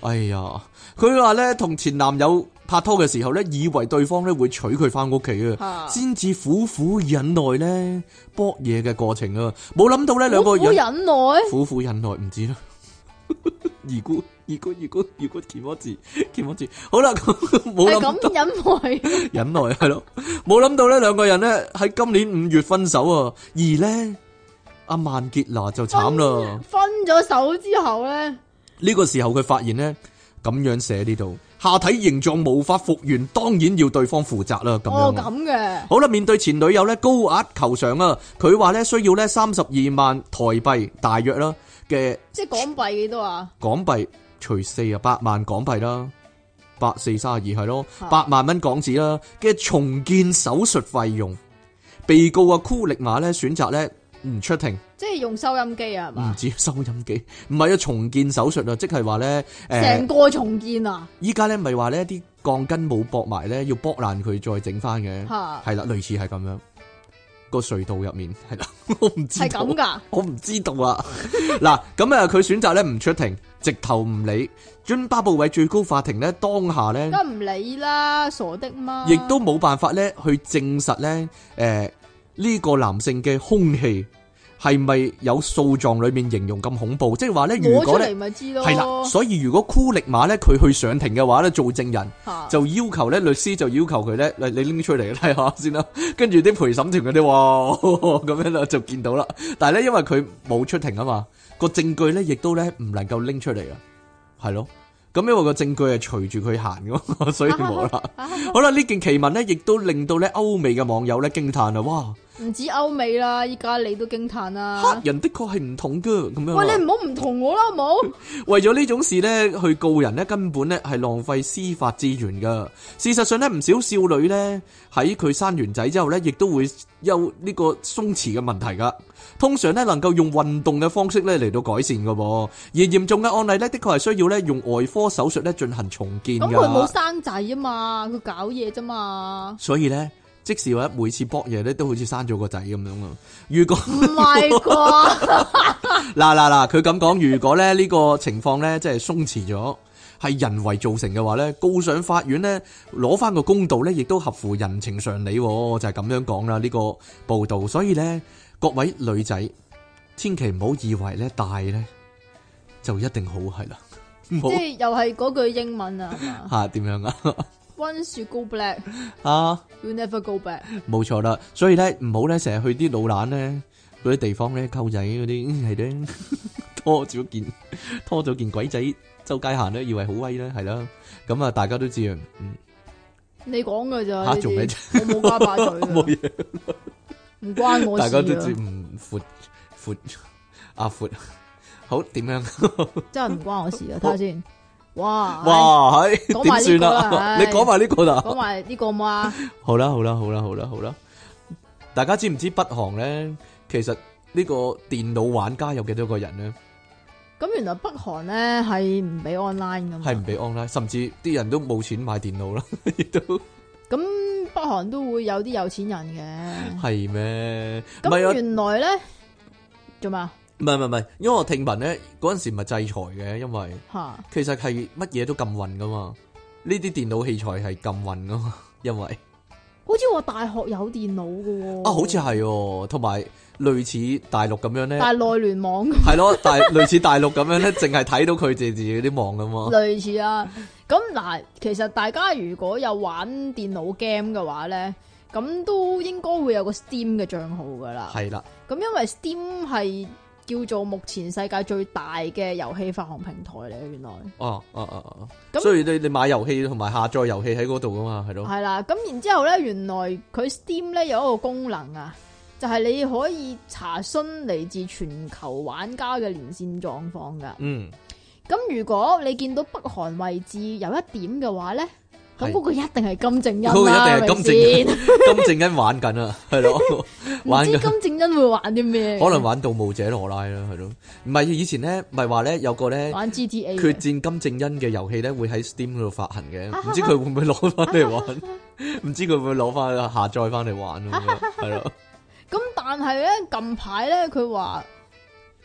哎呀，佢話咧同前男友拍拖嘅時候咧，以為對方咧會娶佢翻屋企啊，嚇先至苦苦忍耐咧搏嘢嘅過程啊，冇諗到咧兩個好人。忍耐，苦苦忍耐，唔知啦。二姑，二姑，二姑，二姑，健康字，健康字。好啦，咁冇係諗到咁 忍耐，忍耐係咯，冇諗到呢兩個人呢喺今年五月分手啊，而呢，阿曼傑娜就慘啦。分咗手之後咧，呢個時候佢發現呢，咁樣寫呢度，下體形狀無法復原，當然要對方負責啦。咁哦樣啊。咁嘅，好啦，面對前女友咧高額求償啊，佢話呢需要呢三十二萬台幣大約啦嘅。即係港幣幾多啊？港幣除四啊，八萬港幣啦，八四三廿二係咯啊，八萬蚊港紙啦嘅重建手術費用。被告啊，酷力馬咧選擇咧唔出庭，即係用收音機啊，係唔嘛？止收音機，唔係啊重建手術啊，即係話咧成嗯誒，個重建啊，依家咧咪話咧啲鋼筋冇駁埋咧，要剝爛佢再整翻嘅，嚇係啦，類似係咁樣個隧道入面係啦， 我唔知係道咁㗎，我唔知道啊。 嗱，咁啊，佢選擇咧唔出庭，直頭唔理。津巴布韋最高法庭咧，當下 咧，梗唔理啦，傻的嘛，亦都冇辦法咧去證實咧，诶、呢、個男性嘅兇器係咪有訴狀裏面形容咁恐怖？即係話咧，如攞出果咧嚟咪知咯，係啦，所以如果酷力馬咧佢去上庭嘅話咧，做證人。嚇就要求咧，律師就要求佢咧， 你你拎出嚟睇下先啦。跟住啲陪審團嗰啲，哇 咁樣啦，就見到啦。但係咧，因為佢冇出庭啊嘛，個證據咧亦都咧唔能夠拎出嚟啊，係咯。咁因為個證據係隨住佢行噶嘛， 所以冇啦。啊好啦，呢件奇聞咧，亦都令到咧歐美嘅網友咧驚嘆啊！哇，唔止歐美啦，依家你都驚嘆啦。黑人的確係唔同噶，咁樣啊。喂，你唔好唔同我啦，好冇？为咗呢種事呢，去告人呢，根本呢係浪費司法資源噶。事實上呢，唔少少女呢，喺佢生完仔之後呢，亦都會有呢個鬆弛嘅問題噶。通常呢，能夠用運動嘅方式呢嚟到改善噶，而嚴重嘅案例呢，的確係需要呢用外科手術呢進行重建咁佢冇噶。生仔啊嘛，佢搞嘢啫嘛，所以呢，即使話每次搏嘢呢，都好似生咗個仔咁樣啊。如果唔係啩？嗱嗱嗱，佢咁講，如果咧呢個情況咧，即係鬆弛咗，係人為造成嘅話咧，告上法院咧，攞翻個公道咧，亦都合乎人情常理喎，就係咁樣講啦。呢個報道，所以咧，各位女仔，千祈唔好以為咧大咧就一定好係啦，唔即 好係又係嗰句英文啊係嘛嚇點樣啊，Once you go black, 啊！ you never go back。冇錯啦，所以咧唔好咧成日去啲老懶咧嗰啲地方咧溝仔嗰 啲係咧拖咗件拖咗件鬼仔周街行咧，以為好威咧係啦，咁啊大家都知啊，嗯你講㗎咋？嚇呢啲做咩啫我冇加把嘴冇啊，嘢，唔關我大事家都知啊，唔闊闊阿 闊，好點樣？真係唔關我事啊！睇下先，哇哇，係講點埋算呢個啦啊？唉你講埋呢個講啦，埋呢個嘛，好啦好啦好啦好啦好啦，大家知唔知北韓咧？其實呢個電腦玩家有幾多個人咧？咁原來北韓咧係唔俾 online 㗎嘛係唔俾 online，甚至啲人都冇錢買電腦啦，亦都咁北韓都會有啲有錢人係咩？嘅，唔係咁啊，原來咧做咩啊？唔係唔係唔係，因為我聽聞咧嗰陣時咪制裁嘅，因為吓，其實係乜嘢都禁運噶嘛，呢啲電腦器材係禁運噶嘛，因為 啊好似話大學有電腦嘅喎。啊好似係喎，同埋類似大陸咁樣咧，但係內聯網係咯，但 係類似大陸咁樣咧，淨係睇到佢哋自己啲網噶 嘛。類似啊。咁嗱，其實大家如果有玩電腦 game 嘅話咧，咁都應該會有個 Steam 嘅帳號噶啦。係啦，咁因為 Steam 係叫做目前世界最大嘅遊戲發行平台嚟嘅，原來哦哦哦哦，咁啊所以你你買遊戲同埋下載遊戲喺嗰度噶嘛，係咯，係啦。咁然之後咧，原來佢 Steam 咧有一個功能啊，就係、你可以查詢嚟自全球玩家嘅連線狀況噶。嗯，咁如果你見到北韓位置有一點嘅話咧，咁係嗰個一定係金正恩啦，嗰個一定係金正係咪恩先 金正恩玩緊啊，係咯， 唔玩緊知。金正恩會玩啲咩？可能玩《盜墓者羅拉》啦，係咯，唔係以前咧，咪話咧有個咧玩 GTA 決嘅。戰金正恩嘅遊戲咧，會喺 Steam 嗰度發行嘅，唔知佢會唔會攞翻嚟玩，唔知佢會唔會攞翻下載翻嚟玩咁樣，係咯，咁但係咧近排咧，佢話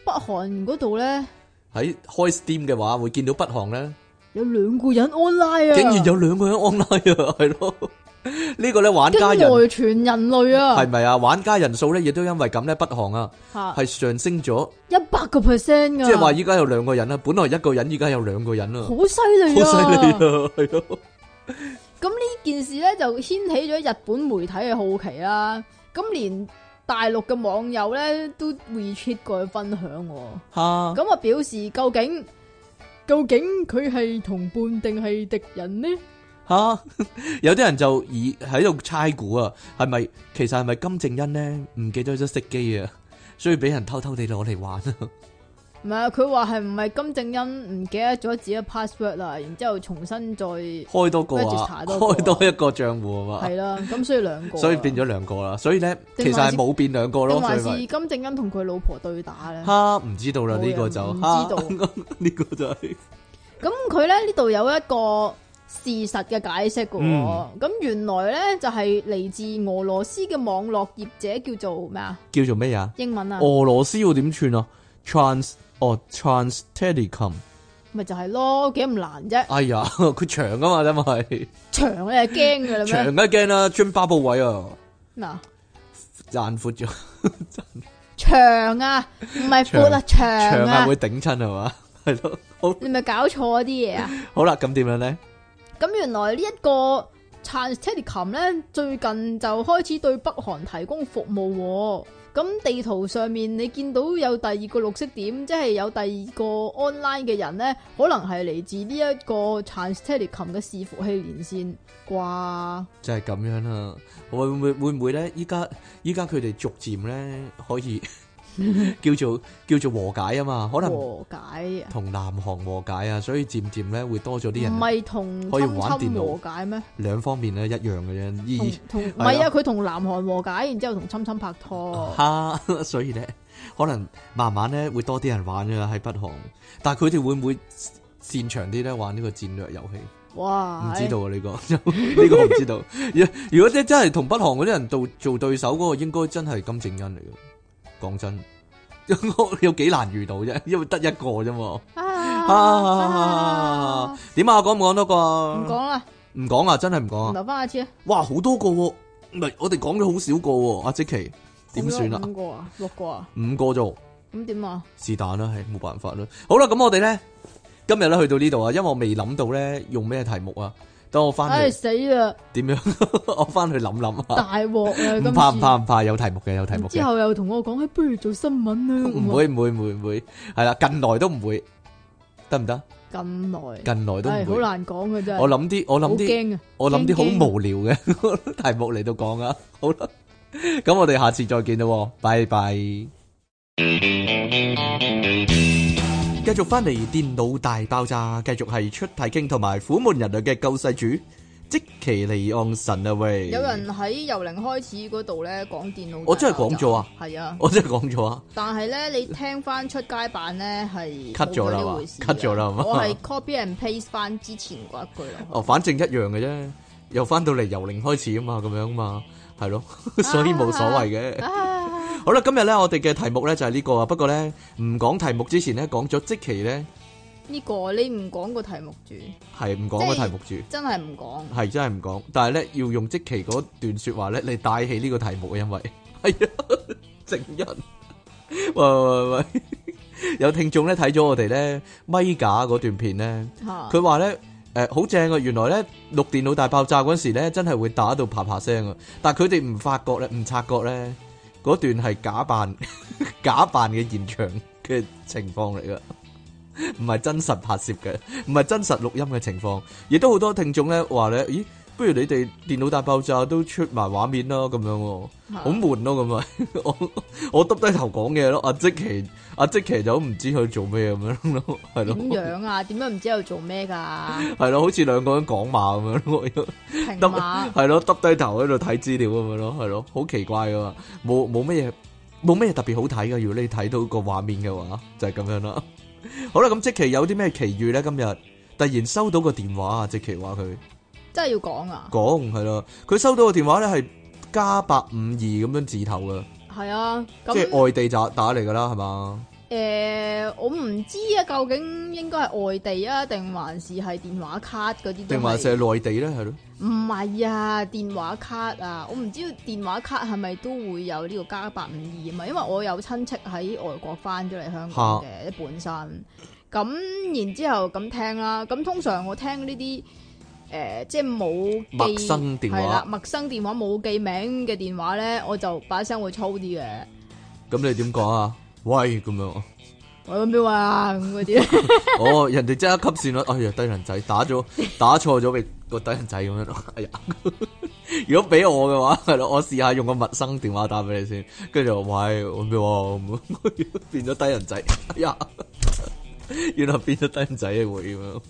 北韓嗰度咧喺開 Steam 嘅話會見到北韓咧，有兩個人 online 啊，竟然有兩個人 online 啊，係咯，呢個咧玩家驚人呆全人類係啊，咪啊？玩家人數咧亦都因為咁咧，北韓啊嚇係上升咗，一百個 percent 噶，即係話依家有兩個人啦，本來一個人依家有兩個人啊，好犀利好犀利啊啊！，係咯，咁呢件事咧就掀起咗日本媒體嘅好奇啦，咁連大陸嘅網友咧都 retweet 過去分享喎，嚇。咁啊表示究竟究竟佢係同伴定係敵人呢？吓， 有啲人就以喺度猜估啊，係咪其實係咪金正恩咧唔記得咗熄機啊， 所以俾人偷偷地攞嚟玩啊？唔係啊，佢話係唔係金正恩唔記得咗自己嘅 password 啦，然之後重新再係開多個 Register 啊，多個啊開多一個賬戶啊嘛，啦，咁所以兩個 啊，所以變咗兩個啦。所以咧，其定實還係是冇變兩個咯，定所還以咪是金正恩同佢老婆對打咧？哈唔知道啦，冇呢人個就唔知哈道 呢個就係咁佢咧呢度有一個事實嘅解釋嘅喎，嗯咁、原來咧就係、嚟自俄羅斯嘅網絡業者叫做咩啊？叫做咩啊？英文啊，俄羅斯要點串啊？Trans 哦，Trans Telecom，咪、就係咯，幾咁難啫？哎呀， 佢長啊嘛，真係長你係驚嘅啦長一驚啦，張巴布位啊，咩？嗱，賺闊咗。長啊，唔係闊啊，長長啊啊，會頂親係嘛？ 係咯，好你咪搞錯啲嘢啊！好啦，咁點樣咧？咁原來呢一個 Trans Telecom 咧，最近就開始對北韓提供服務喎。咁地圖上面你見到有第二個綠色點，即係有第二個 online 嘅人咧，可能係嚟自呢一個 Trans Telecom 嘅伺服器連線啩。就係咁樣啦。會唔會會唔會咧？依家依家佢哋逐漸咧可以 叫做叫做和解啊嘛，可能和解啊，同南韓和解啊，所以漸漸咧會多咗啲唔人係同可以侵玩侵電腦和解咩？兩方面咧一樣嘅同啫。同唔係係啊，啊哦佢同南韓和解，然之後同侵侵拍拖而。 哈，所以咧可能慢慢咧會多啲人玩㗎啦喺北韓，但係佢哋會唔會擅長啲咧玩呢個戰略遊戲？哇！唔知道啊呢個，呢個我唔知道。如如果真真係同北韓嗰啲人做做對手嗰個，應該真係金正恩嚟嘅。講真， 有幾難遇到啫，因為得一個啫嘛。啊啊啊！，點啊？講唔講多個唔啊？講啦，唔講啊！真係唔講啊！留翻下次啊。哇，好多個喎，唔係我哋講咗好少個喎。阿即奇點算啊？五個啊，六個啊，五個啫喎。咁點啊？是但啦，係冇辦法啦。好啦，咁我哋咧今日咧去到呢度啊，因為我未諗到咧用咩題目啊。等我翻唉去死啦，點樣， 我翻去諗諗啊。大鑊啦！今唔次怕唔怕唔怕，有題目嘅有題目之嘅，後又同我講，嘿不如做新聞啊啦。唔會唔會唔會唔會，係啦，近來都唔會，得唔得？咁耐，近來都唉唔好會。難講嘅真係。我諗啲我好諗啲驚啊！我諗啲驚好無聊嘅 題目嚟到講啊，好啦，咁我哋下次再見啦喎，拜拜。繼續翻嚟電腦大爆炸，繼續係出體傾同埋虎門人類嘅救世主，即其離岸神啊喂！有人喺由零開始嗰度咧講電腦，我真係講咗啊！係啊，我真係講咗啊，但係咧你聽翻出街版咧係 Cut 咗啦冇咗呢嘛回事啊 Cut 咗啦係嘛我係 copy and paste 翻之前嗰一 句落哦，反正一樣嘅啫，又翻到嚟由零開始啊嘛，咁樣嘛，係咯， 所以冇所謂嘅。去。啊，好啦，今日咧我哋嘅題目咧就係呢個啊，不過咧唔講題目之前咧講咗即期咧呢個你唔講個題目住，係唔講個題目住，真係唔講。係真係唔 講，但係咧要用即期嗰段説話咧嚟帶起呢個題目啊，因為係啊，成人。喂喂喂喂，有聽眾咧睇咗我哋咧咪架嗰段片咧，吓佢話咧诶好正啊！原來咧錄電腦大爆炸嗰時咧，真係會打到啪啪聲啊！但系佢哋唔發覺咧，唔察覺咧，嗰段係假扮 假扮嘅現場嘅情況嚟噶。唔係真實拍攝嘅，唔係真實錄音嘅情況，亦都好多聽眾咧話咧，咦，不如你哋電腦大爆炸都出埋畫面啦，咁樣喎。好吓悶咯咁啊！ 我我耷低頭講嘢咯，阿即奇阿即奇就唔知佢做咩咁樣咯，係点咯样啊？點樣唔知喺度做咩噶？ 係咯，好似兩個人講馬咁樣咯，停得馬係咯耷低頭喺度睇資料咁樣咯，係咯，好奇怪噶嘛，冇冇乜嘢冇乜嘢特別好睇噶，如果你睇到個畫面嘅話，就係咁樣啦。 好啦，咁即奇有啲咩奇遇咧？今日突然收到個電話啊！即奇話佢。真係要講啊？講係咯，佢收到個電話咧係加八五二咁樣字頭噶，係啊，即係咁外地打打嚟噶啦，係嘛？诶、我唔知啊，究竟應該係外地啊，定還是係電話卡嗰啲都係？定還是係內地咧？係咯，唔係啊，電話卡啊，我唔知道電話卡係咪都會有呢個加八五二啊嘛，因為我有親戚喺外國翻咗嚟香港嘅本身，咁然之後咁聽啦，咁通常我聽呢啲誒即係冇記陌生電話係啦，陌生電話冇記名嘅電話咧，我就把聲會粗啲嘅，咁你點講啊？喂，咁樣，我有咩啊咁嗰啲，哦，人哋即刻吸線啦，哎呀，低能仔打咗打錯咗俾個低能仔咁樣咯，哎呀， 如果俾我嘅話，係咯，我試下用個陌生電話打俾你先，跟住就話喂，我咩喎，咁樣 變咗低能仔，哎呀， 原來變咗低能仔嘅會咁樣，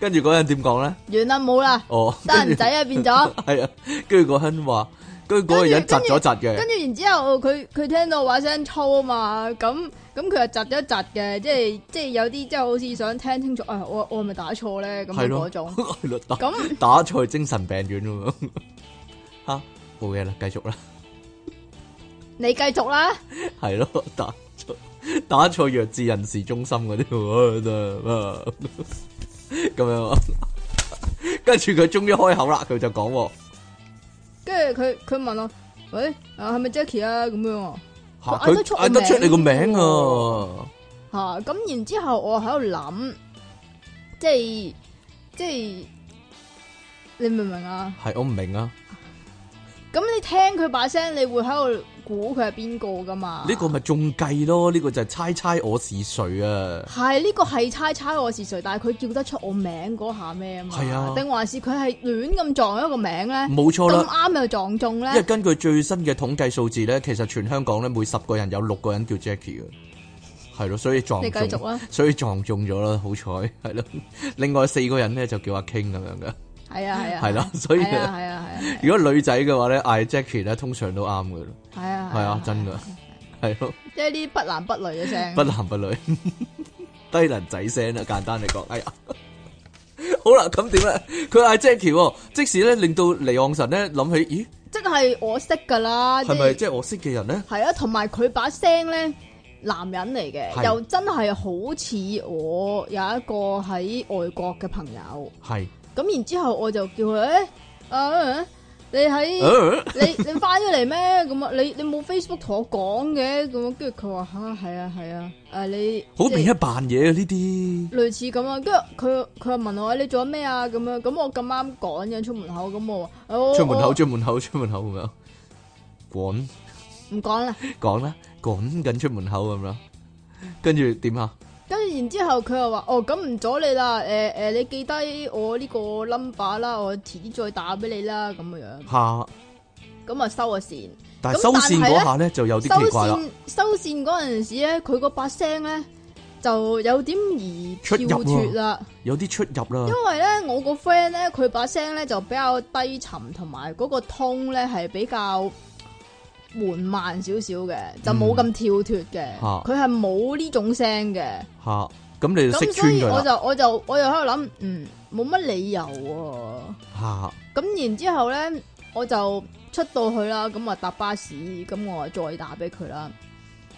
跟住嗰人點講咧？ 完啦冇啦，哦，得人仔啊變咗。跟住，係啊，跟住嗰人話，跟住嗰個人窒咗窒嘅跟。住然之後，哦佢佢聽到我把聲粗啊嘛，咁咁佢又窒一窒嘅，即係即係有啲即係好似想聽清楚，啊、我我係咪打錯咧？咁係樣咯嗰種， 係咯，打咁打菜精神病院咁樣 吓冇嘢啦，繼續啦，你繼續啦，係咯， 打錯打錯弱智人士中心嗰啲喎得啊 咁樣啊， 跟住佢終於開口啦，佢就講喎跟住佢佢問我，喂，啊係咪 Jackie 啊？咁樣喎吓佢嗌得佢出我嗌得出你個名名哦啊，吓，咁、然之後我喺度諗，即係即係你明唔明啊？係我唔明啊，咁你聽佢把聲，你會喺度估佢係邊個噶嘛？呢個咪中計咯，呢個就係猜猜我是誰啊，系呢個係猜猜我是誰，但係佢叫得出我名嗰下咩啊嘛？係啊嗯定還是佢係亂咁撞一個名咧？冇錯咁啊啦。啱又撞中因為咧？根據最新嘅統計數字咧，其實全香港咧每十個人有六個人叫 Jackie 嘅，係咯，所以撞你繼中續啦，所以撞中咗啦，好彩係咯。另外四個人咧就叫阿 King 咁樣嘅，係啊係啊，係啦。所以係啊係啊係啊如果女仔嘅話咧，嗌 Jackie 咧通常都啱嘅咯，係 啊嗯係啊，真嘅，係咯，即係呢啲不男不女嘅聲不。男不女， 低能仔聲啦，簡單嚟講，哎呀。 好啦，咁點咧？佢嗌 Jackie，喎即使咧令到離岸神咧諗起，即係我識㗎啦，咦，即係咪係即係我識嘅人咧？係啊，同埋佢把聲咧。男人嚟嘅，係又真係好似我有一個喺外國嘅朋友，係，咁然之後我就叫佢，誒、啊你喺呃你你翻咗嚟咩？咁啊，你你冇 Facebook 同我講嘅咁啊，跟住佢話吓係啊係啊，誒、你好即係明一扮嘢啊！呢啲類似咁啊，跟住佢佢又問我你做咗咩啊咁樣，咁我咁啱趕緊出門口，咁我話我出門口、我出門口、出門口咁樣，滾唔講啦。講啦，趕緊出門口咁樣，跟住點啊？跟住然之後佢又話哦咁唔阻你啦，誒、誒、你記低我呢個 number 啦，我遲啲再打俾你啦咁樣，下，咁啊收咗線。但係咁收線嗰但係呢下咧就有收啲奇怪啦，線收線嗰陣時咧，佢個把聲咧就有點而出跳入脱啦。有啲出入因啦，為咧，我個 friend 咧，佢把聲咧就比較低沉，同埋嗰個通咧係比較緩慢少少嘅，就冇咁跳脱嘅。嗯啊佢係冇呢種聲嘅，下咁你就識咁所穿以佢我啦，就我就我又喺度諗，嗯，冇乜理由喎、下咁然之後咧，我就出到去啦，咁我搭巴士，咁我再打俾佢啦。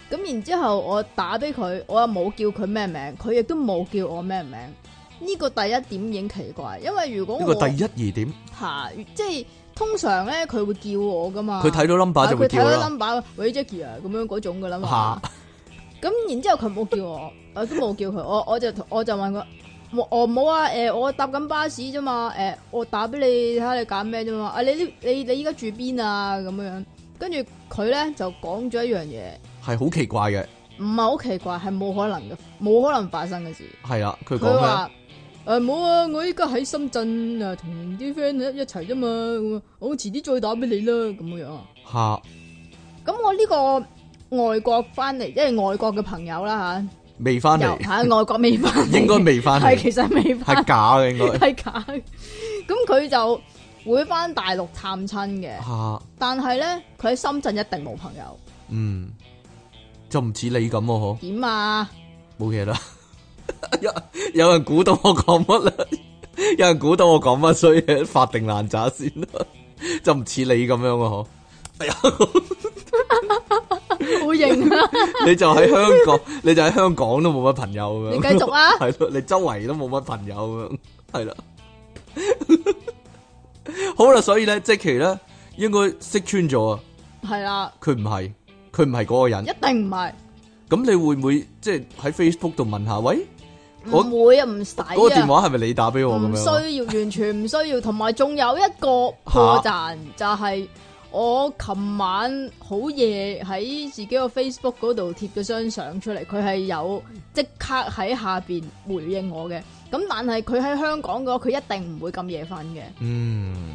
咁然之後我打俾佢，我又冇叫佢咩名，佢亦都冇叫我咩名。呢、個第一點已經奇怪，因為如果呢個我第一疑點爬，即係通常咧佢會叫我噶嘛，佢睇到 number 就哦啊係佢會睇叫到啦。 number，喂 Jackie 啊咁樣嗰種噶啦嘛嚇。咁然之後佢冇叫我，我都冇叫佢，我我就同我就問佢，我我冇啊，誒、我搭緊巴士啫嘛，誒、我打俾你睇下你揀咩啫嘛，啊你呢你你依家住邊啊咁樣樣，跟住佢咧就講咗一樣嘢，係好奇怪嘅，唔係好奇怪，係冇可能嘅，冇可能發生嘅事。係啦，佢佢講咩？話誒冇啊，我依家喺深圳啊，同啲 friend 一齊啫嘛，咁啊我遲啲再打俾你啦，咁樣啊。嚇，咁我呢個外國翻嚟，即係外國嘅朋友啦未翻吓，由嚟，喺外國未翻嚟，應該未翻係嚟，其實未翻係，假嘅應該係假嘅。咁佢就會翻大陸探親嘅， 嚇，但係咧佢喺深圳一定冇朋友，嗯，就唔似你咁喎，嗬。點啊？冇嘢啦。 有有人估到我講乜啦？有人估到我講乜，所以發定爛渣先啦。就唔似你咁樣啊！好型啊！嗬，你就喺香港，你就喺香港都冇乜朋友咁樣。你繼續啊 係咯，你周圍都冇乜朋友咁樣，係啦。 好啦，所以咧，即期咧應該識穿咗啊！係啦，佢唔係，佢唔係嗰個一人。定唔係，咁你會唔會即係喺 Facebook 度問下？喂，我唔會啊，唔使嗰個電啊。話係咪你打俾我咁唔樣？需要，完全唔需要。同埋仲有一個破綻，就係我琴晚好夜喺自己個 Facebook 嗰度貼咗張相出嚟，佢係有即刻喺下邊回應我嘅。咁但係佢喺香港嘅話，佢一定唔會咁夜瞓嘅。嗯，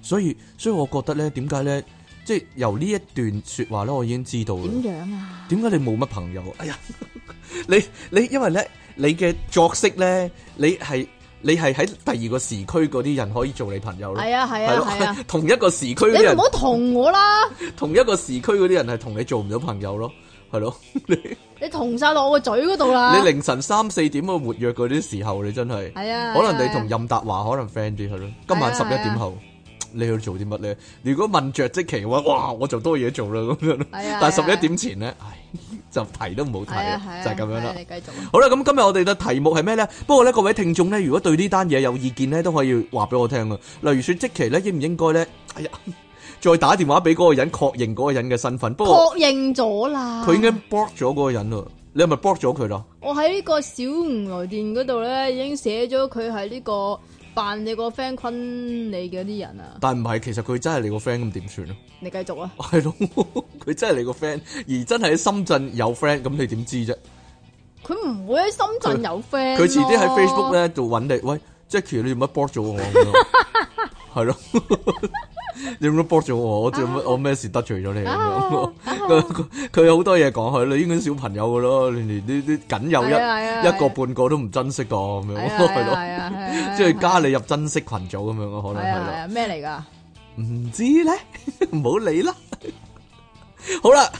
所以所以我覺得咧，點解咧，即係由呢一段說話咧，我已經知道啦。點樣啊？點解你冇乜朋友？哎呀， 你你因為咧，你嘅作息咧，你係你係喺第二個時區嗰啲人可以做你朋友咯。係啊係係啊咯 係啊！同一個時區嗰啲你人唔，好同我啦，同一個時區嗰啲人係同你做唔到朋友咯，係咯。你同晒落我個嘴嗰度啦你。凌晨三四點嘅活躍嗰啲時候，你真係。啊係啊，可能你係啊同任達華可能 friend 啲係咯。今晚十係一啊點後，你去做啲乜咧？如果問着即期嘅話，哇，我就多嘢做啦咁樣咯。係啊但係係啊十一點前咧，唉， 就提都唔好提係啊係啦，啊，就係咁樣係啦啊。你繼續啊。好啦，咁今日我哋嘅題目係咩呢？不過呢，各位聽眾呢，如果對呢單嘢有意見呢，都可以話俾我聽啊。例如說，即期呢，應唔應該呢？哎呀，再打電話俾嗰個人確認嗰個人嘅身份。不過確認咗啦。佢已經 block 咗嗰個人啦，你係咪 block 咗佢啦？我喺呢個小吳來電嗰度咧，已經寫咗佢係呢個扮你個 friend 昆你嘅啲人啊！但唔係，其實佢真係你個 friend 咁點算啊？ 你繼續啊！係咯，佢真係你個 friend，而真係喺深圳有 friend，咁你點知啫？佢唔會喺深圳有 friend 啊佢遲啲喺咯 Facebook 咧度揾你，喂，Jackie，你做乜 block 咗 我啊咁樣？係咯，你做乜 block 咗我？我做乜？我咩事得罪咗你咁樣啊？佢佢佢有好多嘢講，佢你應該小朋友噶咯，你哋啲啲僅有一係啊係啊一個半個都唔珍惜我咁樣，係啊係係啊咯，係 啊係啊，即係加你入珍惜群組咁樣咯，可能係啊係係咯。啊咩嚟㗎？唔知咧， 唔好理啦。 好啦，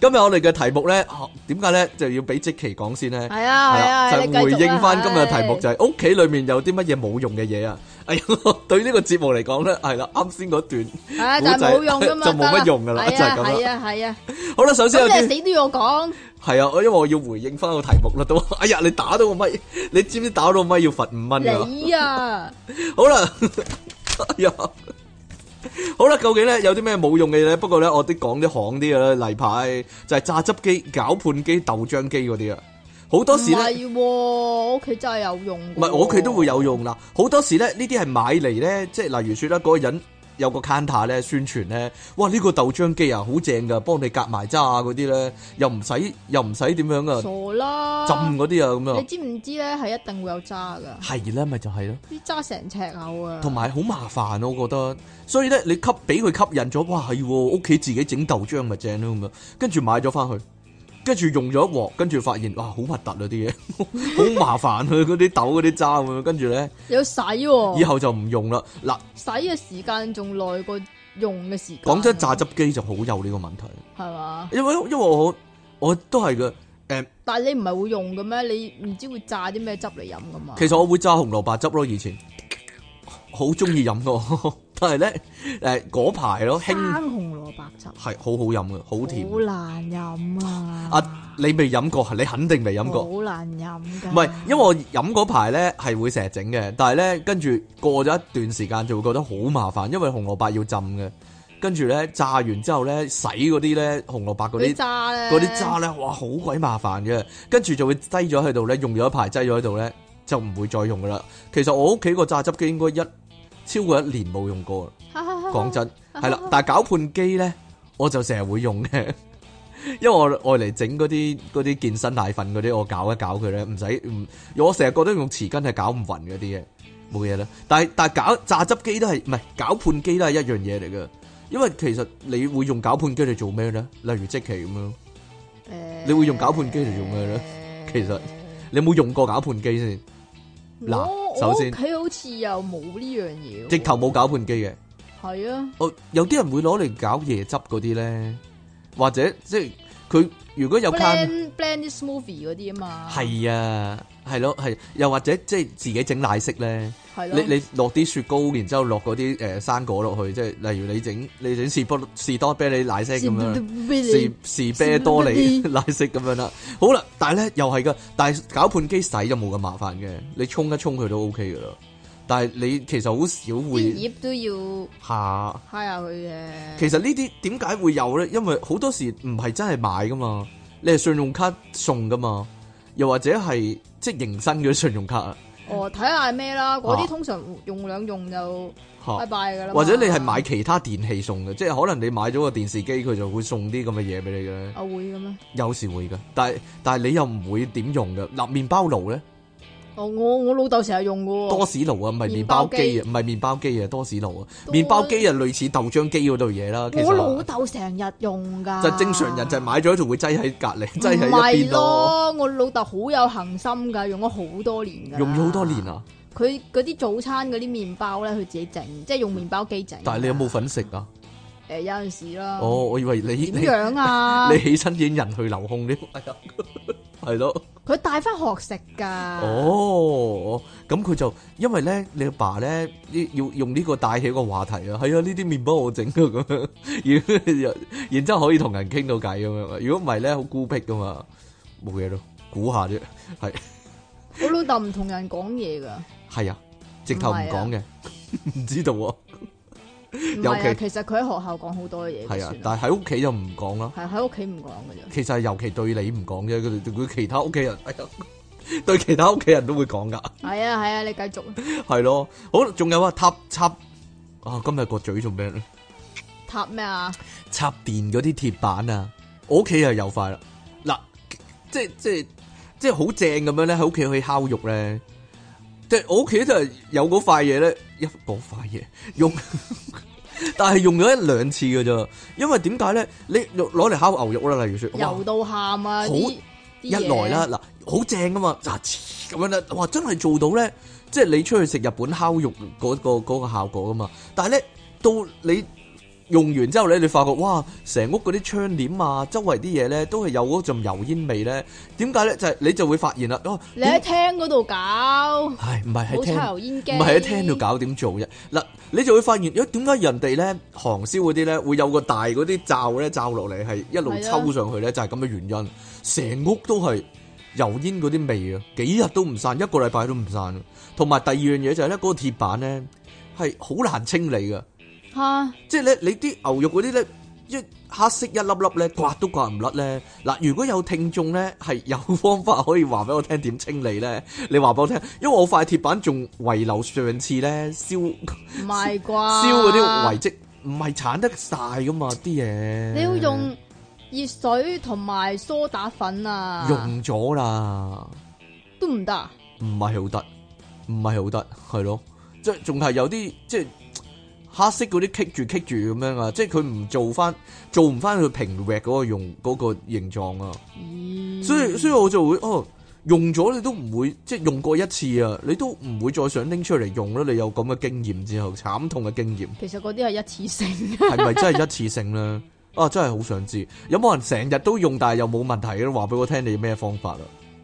今日我哋嘅題目咧，啊點解咧就要俾即期講先咧？係啊係係啊，啦你繼就續回啊應翻今日嘅題目唉就係屋企裏面有啲乜嘢冇用嘅嘢啊！哎呀， 對呢個節目嚟講咧，係啦，啱先嗰段，係啊，但係冇用㗎嘛，就冇乜用㗎啦得就係咁啦係啊係啊，好啦，首先有咁你啲死都要我講，係啊，我因為我要回應翻個題目啦，都，哎呀，你打到個咪，你知唔知打到個咪要罰五蚊㗎？你啊，好啦， 哎呀，好啦，究竟咧有啲咩冇用嘅嘢咧？不過咧，我啲講啲行啲嘅啦，例牌就係榨汁機、攪拌機、豆漿機嗰啲啊，好多唔時咧。係喎，我屋企真係有用㗎喎。唔係我屋企都會有用啦。好多時咧，呢啲係買嚟咧，即係例如説啦，嗰個人有個 counter 咧宣傳咧，哇！呢、個豆漿機啊，好正噶，幫你夾埋渣啊嗰啲咧，又唔使又唔使點樣啊，傻啦，浸嗰啲啊咁你樣。知唔知咧？係一定會有渣㗎。係啦，咪就係咯，啲揸成尺牛啊！同埋好麻煩咯，我覺得。所以咧，你吸俾佢吸引咗，哇係喎，屋企自己整豆漿咪正咯咁樣，跟住買咗翻去，跟住用咗一鑊，跟住發現哇好核突啊啲嘢， 好麻煩啊嗰啲豆嗰啲渣咁樣，跟住咧有洗喎、以後就唔用啦。嗱，洗嘅時間仲耐過用嘅時間。啊講真，榨汁機就好有呢個問題，係嘛？因為因為我我都係嘅，誒、但係你唔係會用嘅咩？你唔知會榨啲咩汁嚟飲噶嘛？其實我會榨紅蘿蔔汁咯，以前好中意飲嘅， 但係咧誒嗰排咯，生興紅蘿蔔汁，係好好飲嘅，好甜好嘅。難飲啊！啊，你未飲過，你肯定未飲過。好難飲㗎。唔係，因為我飲嗰排咧係會成日整嘅，但係咧跟住過咗一段時間就會覺得好麻煩，因為紅蘿蔔要浸嘅，跟住咧炸完之後咧洗嗰啲咧紅蘿蔔嗰嗰啲啲渣咧，嗰 啲渣咧，哇好鬼麻煩嘅，跟住就會擠咗喺度咧，用咗一排擠咗喺度咧就唔會再用噶啦。其實我屋企個榨汁機應該一超過一年冇用過啦。講真，係啦，但係攪拌機咧，我就成日會用嘅， 因為我愛嚟整嗰啲嗰啲健身奶粉嗰啲，我搞一搞佢咧，唔使唔，我成日覺得用匙羹係搞唔勻嗰啲嘢，冇嘢啦。但係但係搞榨汁機都係唔係攪拌機都係一樣嘢嚟嘅，因為其實你會用攪拌機嚟做咩咧？例如即期咁樣，誒你會用攪拌機嚟做咩咧？其實你有冇用過攪拌機先？嗱我首先我屋企好似又冇呢樣嘢喎，直頭冇攪拌機嘅。係啊，哦，有啲人會攞嚟搞椰汁嗰啲咧，或者即係佢如果有 can blend blend 啲 smoothie 嗰啲啊嘛，係啊，係咯，係又或者即係自己整奶昔咧，係咯，你你落啲雪糕，然之後落嗰啲誒生果落去，即係例如你整你整士多士多啤梨奶昔咁樣。士士啤多利 奶昔咁樣啦，好啦，但係咧又係噶，但係攪拌機洗就冇咁麻煩嘅，你沖一沖佢都 OK 噶啦。但係你其實好少啲會葉都要下揩下佢嘅，其實呢啲點解會有呢？因為好多時唔係真係買噶嘛，你係信用卡送噶嘛，又或者係即係迎新嗰啲信用卡啊，哦睇下係咩啦，嗰啊啲通常用兩用就拜嚇，拜啊噶啦嘛，或者你係買其他電器送嘅，即係可能你買咗個電視機，佢就會送啲咁嘅嘢俾你嘅咧。啊會嘅咩？有時會嘅，但係但係你又唔會點用嘅。嗱，麵包爐呢，哦我我老豆成日用嘅喎，多士爐啊，唔係麵包機啊，唔係麵包機啊，多士爐啊，多麵包機啊，類似豆漿機嗰類嘢啦。其我老實豆成日用噶，就正常人就係買咗就會擠喺隔離，擠喺唔一係邊咯。咯，我老豆好有恒心噶，用咗好多年噶，用咗好多年。啊！佢嗰啲早餐嗰啲麵包咧，佢自己整，即係用麵包機整。但係你有冇？份食啊？誒有陣時啦。哦，。我以為你點你樣 啊你？起身已經人去樓空 添，係啊，係咯，佢帶翻學食啊㗎。。哦，咁佢就因為咧，你阿爸咧呢要用呢個帶起個話題啊，係啊，呢啲麵包我整㗎咁 樣，然然之後可以同人傾到偈咁樣，如果唔係咧好孤僻噶嘛，冇嘢咯，估下啫，係我老豆唔同人講嘢㗎。係啊，直頭唔講嘅， 唔知道啊，唔尤係啊，其其實佢喺學校講好多嘢。係啊，但但係喺屋企就唔講啦。係喺屋企唔講㗎啫。其實係尤其對你唔講啫，佢哋對其他屋企人，哎呀， 對其他屋企人都會講噶，係啊係啊，你繼續啊係咯。好，仲有啊，插插啊，今日個嘴做咩咧？塔咩啊？插電嗰啲鐵板啊，我屋企又有塊啦。嗱，即係即係即係好正咁樣咧，喺屋企可以烤肉咧。即係我屋企就係有嗰塊嘢咧，一嗰塊嘢用， 但係用咗一兩次嘅咋。因為點解咧？你攞嚟烤牛肉啦，例如說，哇油到喊啊！好啲一來啦，，嗱，好正噶嘛，嗱咁樣咧，哇，真係做到咧，即係你出去食日本烤肉嗰、個嗰個效果噶嘛。但係咧，到你用完之後咧，你發覺哇，成屋嗰啲窗簾啊，周圍啲嘢咧，都係有嗰陣油煙味咧。點解咧？就係、你就會發現啦，哦，啲嘢你喺點廳嗰度搞。唉，唔係喺冇抽廳。油煙機，唔係喺廳度搞點做啫？嗱，你就會發現，咦點解人哋咧韓燒嗰啲咧會有個大嗰啲罩咧罩落嚟，係一路係啊抽上去咧，就係咁嘅原因。成屋都係油煙嗰啲味啊，幾日都唔散，一個禮拜都唔散啊。同埋第二樣嘢就係咧，嗰個鐵板咧係好難清理噶，嚇，即係咧你啲牛肉嗰啲咧一黑色一粒粒咧刮都刮唔甩咧。嗱，如果有聽眾咧係有方法可以話俾我聽點清理咧，你話俾我聽，因為我塊鐵板仲遺留上次咧燒。唔係啩？燒嗰啲遺跡唔係鏟得晒噶嘛啲嘢，你要用熱水同埋梳打粉啊，用咗啦，都唔得啊，唔係好得，唔係好得，係咯，即係仲係有啲即係黑色嗰啲棘住棘住咁樣啊，即係佢唔做翻做唔翻佢平滑嗰個用嗰、個形狀啊，咦所以所以我就會哦。用咗你都唔會，即係用過一次啊，你都唔會再想拎出嚟用啦。你有咁嘅經驗之後，慘痛嘅經驗。其實嗰啲係一次性，係咪真係一次性咧？啊，真係好想知，有冇人成日都用，但係又冇問題嘅？話俾我聽，你咩方法啊？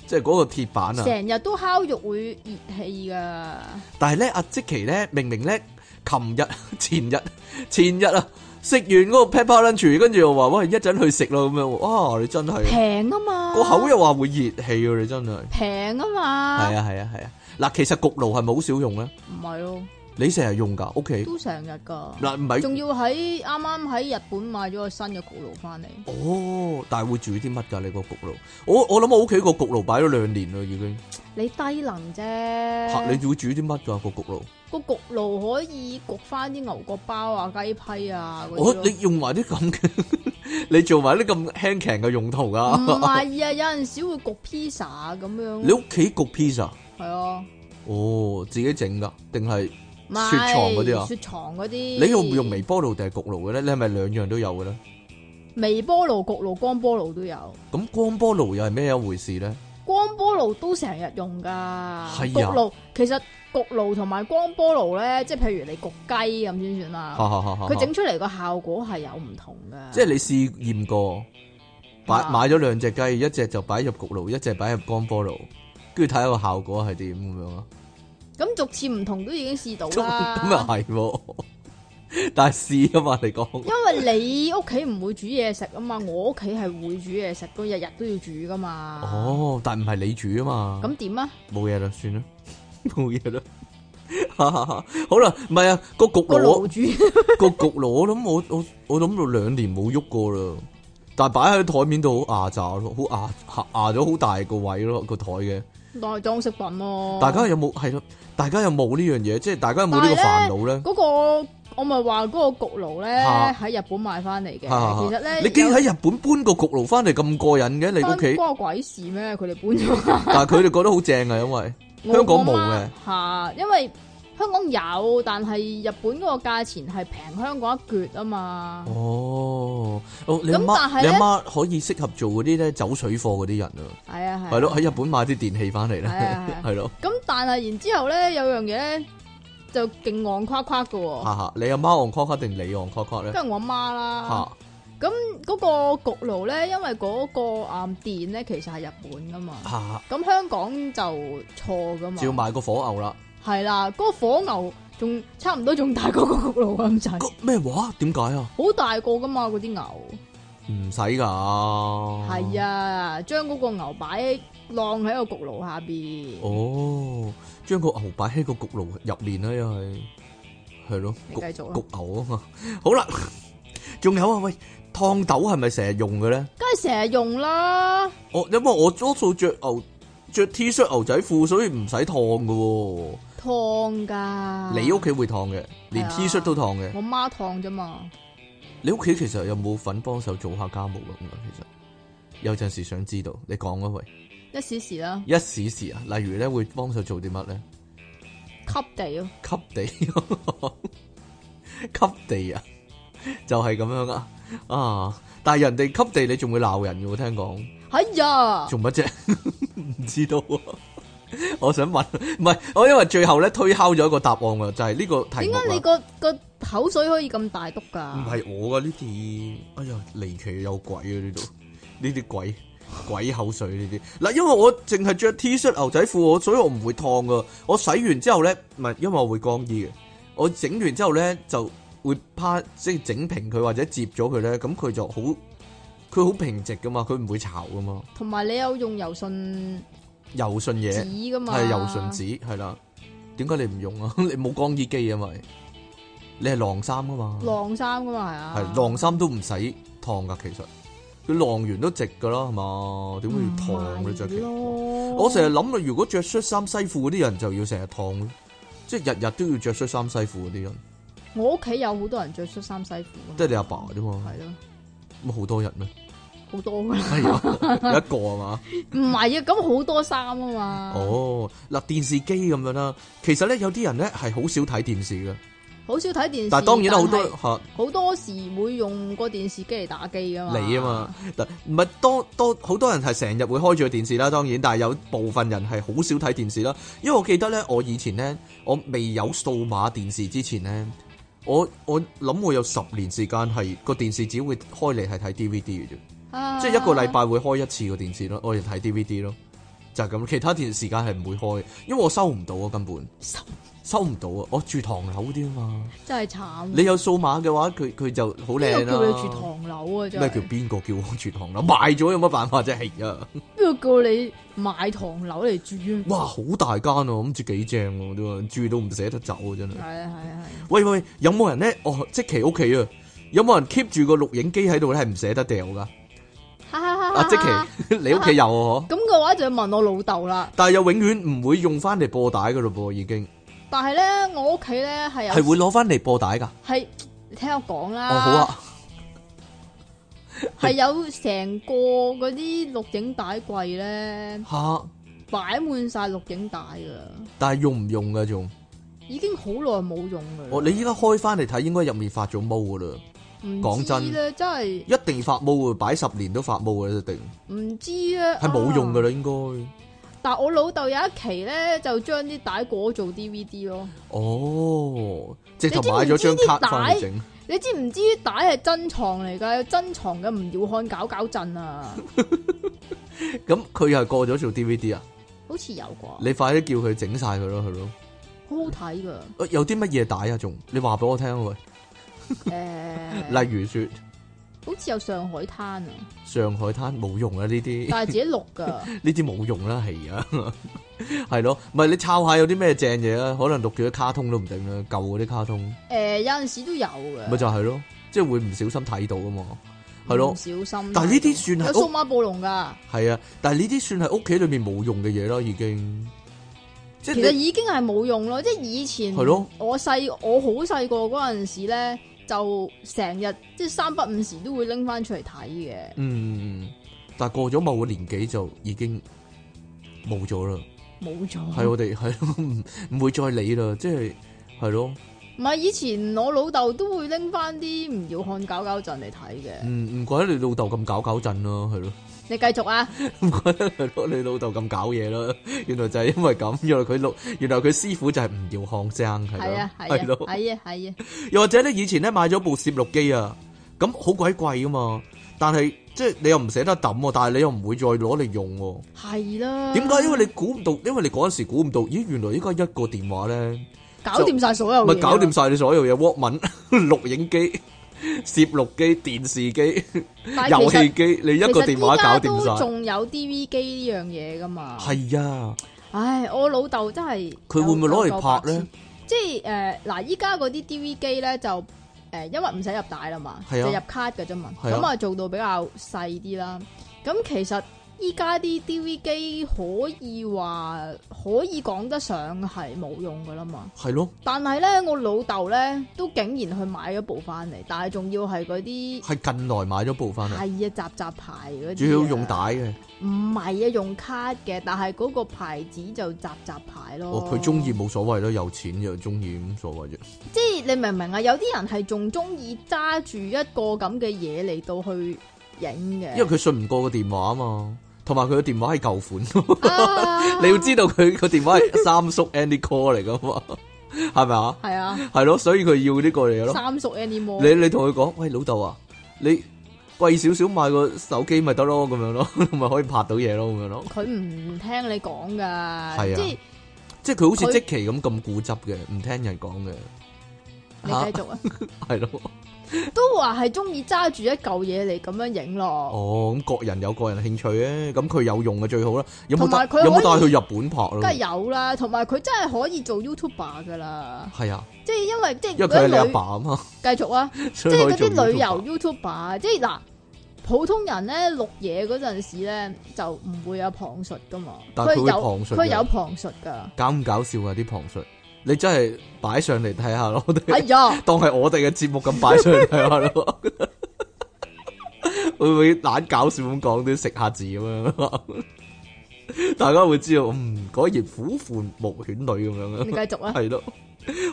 即係嗰個鐵板啊！成日都烤肉會熱氣噶，但係咧，阿即奇咧，明明咧，琴日、 前日、前日啊，食完嗰個 pepper lunch，跟住又話喂一陣去食咯咁樣，哇！你真係平啊嘛，個口又話會熱氣啊！你真係平啊嘛，係啊係啊係啊！嗱，其實焗爐係咪好少用咧？唔係咯，你成日用㗎屋企都成日噶，嗱唔係仲要喺啱啱喺日本買咗個新嘅焗爐翻嚟，哦，但係會煮啲乜㗎？你個焗爐，我我諗我屋企個焗爐擺咗兩年啦已經。你低能嚇你啫，會煮啲乜㗎個焗爐？個焗爐可以焗翻啲牛角包啊、雞批啊嗰我啲咯你用埋啲咁嘅， 你做埋啲咁輕強嘅用途唔係㗎？啊，有陣時會焗 pizza 咁樣， 你屋企焗 pizza？係啊，哦，自己整噶，定係唔係雪藏嗰啲啊雪藏嗰啲，你用唔用微波爐定係焗爐嘅咧？你係咪兩樣都有嘅咧？微波爐、焗爐、光波爐都有。咁光波爐又係咩一回事咧？光波爐都成日用噶，焗係啊爐其實焗爐同埋光波爐咧，即係譬如你焗雞咁先算啦。哈哈啊哈哈！哦佢整出嚟個效果係有唔同噶，即係你試驗過，擺啊買咗兩隻雞，一隻就擺入焗爐，一隻擺入光波爐，跟住睇下個效果係點咁樣啊？咁逐次唔同都已經試到咁啦。 咁又係喎， 但係試啊嘛，你講因為你屋企唔會煮嘢食啊嘛，我屋企係會煮嘢食，都日日都要煮噶嘛。，哦，但唔係你煮啊嘛，咁點啊？冇嘢啦，算啦， 冇嘢啦。哈哈哈好啦，唔係啊，個焗個爐爐煮 個焗爐，我諗我我我諗到兩年冇喐過啦，但係擺喺台面度好壓榨咯，好壓壓壓咗好大個位咯個台嘅。內裝飾品咯。大家有冇係咯？大家有冇呢樣嘢？即係大家有冇呢個煩哦但係呢惱咧？嗰個我咪話嗰個焗爐咧啊喺日本買翻嚟嘅，其哈哈實咧啊你竟然喺日本搬個焗爐翻嚟咁過癮嘅，你關屋企，關我鬼事咩？佢哋搬咗，但係佢哋覺得好正啊，因 為 我香港冇我媽嘅嚇，因為香港有，但係日本嗰個價錢係平香港一橛啊嘛。哦，哦你阿咁但媽係你呢阿媽可以適合做嗰啲咧走水貨嗰啲人啊，係啊係。係咯，喺日本買啲電器翻嚟咧係啊係啊，係咯，咁但係然之後咧，有樣嘢咧就勁戇誇誇嘅喎，哈哈，啊你阿媽按 c 定你按 c 咧？都係我媽啦。嚇嗰個焗爐咧，因為嗰個啊電咧其實係日本噶嘛，嚇。咁香港就錯噶嘛。就要買個火牛啦。係啦，嗰、個火牛仲差唔多仲大過個焗爐啊咁滯，個咩話？點解啊？好大個噶嘛嗰啲牛。唔使噶。係。啊，將嗰個牛擺晾喺個焗爐下邊，哦，將個牛擺喺個焗爐入面啦，因為係咯，你繼焗續啦焗。牛啊嘛。 好啦，仲有啊，喂，燙斗係咪成日用嘅咧？梗係成日用啦，我因為我多數着牛着 T 恤牛仔褲，所以唔使燙嘅喎。燙噶。你屋企會燙嘅，連啊係啊 T 恤都燙嘅。我媽燙啫嘛，你屋企其實有冇份幫手做下家務咁嘅？其實有陣時想知道，你講啊喂。一時時啦，一時時啊，例如咧會幫手做啲乜咧？吸地啊咯，吸地， 吸地啊，就係、咁樣啊啊！但係人哋吸地，你仲會鬧人嘅喎，聽講哎呀，做乜啫？ 唔知道啊！我想問，唔係我因為最後咧推敲咗一個答案啊，就係、呢個題點目解你啊，個個口水可以咁大篤噶？唔係我噶呢啲，哎呀離奇有鬼啊呢度，呢啲鬼鬼口水呢啲嗱，因為我淨係着 T 恤牛仔褲，我所以我唔會燙噶。我洗完之後咧，唔係因為我會乾衣嘅，我整完之後咧就會趴即係整平佢或者摺咗佢咧，咁佢就好佢好平直噶嘛，佢唔會潮噶嘛，同埋你有用柔順柔順嘢紙啊噶嘛？係柔順。紙係啦。點解你唔用啊？ 你冇乾衣機因為你係晾衫噶嘛。晾衫噶嘛係啊。係晾衫都唔使燙噶，其實佢晾完都直噶啦，係嘛？點會要燙咧？着嗯唔係其咯我成日諗啊，如果着恤衫西褲嗰啲人就要成日燙咯，即係日日都要着恤衫西褲嗰啲人，我屋企有好多人着恤衫西褲㗎嘛。即係你阿爸啫嘛，係咯，咁好多人咩？ 好多㗎啦。係啊，有一個啊嘛。唔係啊，咁好多衫啊嘛。哦，嗱電視機咁樣啦，其實咧有啲人咧係好少睇電視嘅，好少睇電視。但係當然啦，好但係多嚇。好多時會用個電視機嚟打機噶嘛。你啊嘛，嗱唔係多多好多人係成日會開住個電視啦，當然，但係有部分人係好少睇電視啦。因為我記得咧，我以前咧，我未有數碼電視之前咧，我我諗我有十年時間係個電視只會開嚟係睇 DVD 嘅啫，啊即係一個禮。拜會開一次個電視咯，我哋睇 DVD 咯，就係咁。其他電視間係唔會開，因為我收唔到啊，根本收收唔到啊！我住唐樓啲啊嘛，真係慘。你有數碼嘅話，佢佢就好邊靚啊個叫你住啦。唐樓啊？真咩叫係邊個叫我住唐樓？賣咗有乜辦法啫？係啊，邊個叫你買唐樓嚟住哇，好大間啊，咁住幾正喎都，住到唔捨得走啊，真係啊？。係啊係啊係啊。喂喂，有冇人咧？哦，即其屋企啊，有冇人 keep 住個錄影機喺度咧？係唔捨得掉噶？哈哈哈哈啊，即其你屋企有啊？嗬，咁嘅話就要問我老豆啦。但係又永遠唔會用翻嚟播帶噶咯噃，已經但係咧，我屋企咧係有係會攞翻嚟播帶噶。係你聽我講啦。哦，好啊。係有成個嗰啲錄影帶櫃咧，吓，擺滿晒錄影帶噶，但係用唔用噶仲？已經好耐冇用噶。我你依家開翻嚟睇，應該入面發咗毛噶啦，唔講真知咧，真係一定發毛啊！擺十年都發毛噶啦，一定唔知咧，係冇用噶啦。啦，應該。但我老豆有一期咧，就將啲帶果做 DVD 咯。哦，直頭你知唔買咗張知啲卡翻嚟帶整，你知唔知帶係珍藏嚟噶？珍藏嘅唔要看搞搞 震啊，咁佢又係過咗做 DVD 啊！好似有啩，好你快啲叫佢整晒佢咯，係咯。好 睇噶。呃有啲乜嘢帶啊？仲你話俾我聽啊喂，誒，例如說好似有上海灘啊，上海灘冇用啊，呢啲 但係自己錄噶。呢啲冇用啦，係啊， 係咯，唔係你抄下有啲咩正嘢啊？可能錄住啲卡通都唔定啦，舊嗰啲卡通誒，有陣時都有嘅。咪就係咯，即係會唔小心睇到啊嘛，係唔咯，小心。啊但係呢啲算係有數碼暴龍噶，係啊，但係呢啲算係屋企裏面冇用嘅嘢啦，已經，即其實係你已經係冇用咯。即係以前係咯，我細我好細個嗰陣時咧，就成日即係三不五時都會拎翻出嚟睇嘅。嗯，但係過咗某個年紀就已經冇咗啦，冇咗。係我哋 係咯唔唔會再理啦，即係係咯。唔係以前我老豆都會拎翻啲唔要看搞搞震嚟睇嘅。唔唔怪得你老豆咁搞搞震咯，係咯， 你繼續啊，唔怪得係咯，你老豆咁搞嘢啦。 原來就係因為咁，原來佢老，原來佢師傅就係吳耀漢生，係係啊，咯，係係啊，咯。係啊，係啊，又或者咧，以前咧買咗部攝錄機啊，咁好鬼貴噶嘛，但係即係你又唔捨得抌喎，但係你又唔會再攞嚟用喎。係啦。點解？因為你估唔到，因為你嗰陣時估唔到，咦，原來依家一個電話咧，搞掂晒所有嘢，啊咪搞掂。晒你所有嘢，Walkman、錄 影機、 攝錄機、電視機、但係遊戲其實機，你一個電話搞其實依掂家都晒。仲有 DV 機呢樣嘢噶嘛？係啊，唉，我老豆真係佢會唔會攞嚟有夠拍呢白痴？即係诶，誒嗱、依家嗰啲 DV 機咧就诶、誒因為唔使入帶啦嘛，係啊就入卡嘅啫嘛，係啊咁啊做到比較細啲啦。咁其實依家啲 DV 機可以話可以講得上係冇用噶啦嘛，係咯，但係咧我老豆咧都竟然去買咗部翻嚟，但係仲要係嗰啲係近來買咗部翻係嚟，啊集集牌嗰啲啊，主要用帶嘅。唔係啊，用卡嘅，但係嗰個牌子就集集牌咯。哦，佢中意冇所謂咯，有錢就中意咁所謂啫。即係你明唔明啊？有啲人係仲中意揸住一個咁嘅嘢嚟到去影嘅，因為佢信唔過個電話啊嘛，同埋佢個電話係舊款， 啊你要知道佢個電話係三叔 Andy Call 嚟噶嘛，係咪啊？係啊，係咯，所以佢要呢個嘢咯。三叔 anymore，你你同佢講，喂老豆啊，你貴少少買個手機咪得咯，咁樣咯， 咪可以拍到嘢咯，咁樣咯。佢唔聽你講噶，係啊即係即係佢好似佢即期咁咁固執嘅，唔聽人講嘅，你繼續啊，係咯。都話係中意揸住一嚿嘢嚟咁樣影咯，哦，咁各人有各人興趣嘅，咁佢有用嘅最好啦。有冇同埋帶佢有冇可帶以去日本拍啊咯梗？係有啦，同埋佢真係可以做 YouTuber 噶啦，係啊，即係因為即係因為佢係你嗰阿啲女爸啊嘛，繼續啊。所即以係可以嗰做啲旅 YouTuber 遊 YouTuber，即係嗱，普通人咧錄嘢嗰陣時咧就唔會有旁述噶嘛，但係佢會有旁述嘅佢有旁述 噶。搞唔搞笑啊？啲旁述，你真係擺上嚟睇下咯，我哋哎呀，當係我哋嘅節目咁擺上嚟睇下咯。會唔會懶搞笑咁講啲食下字咁樣？大 家會知道，嗯，果然虎父無犬女咁樣 啊你。繼續啊，系咯。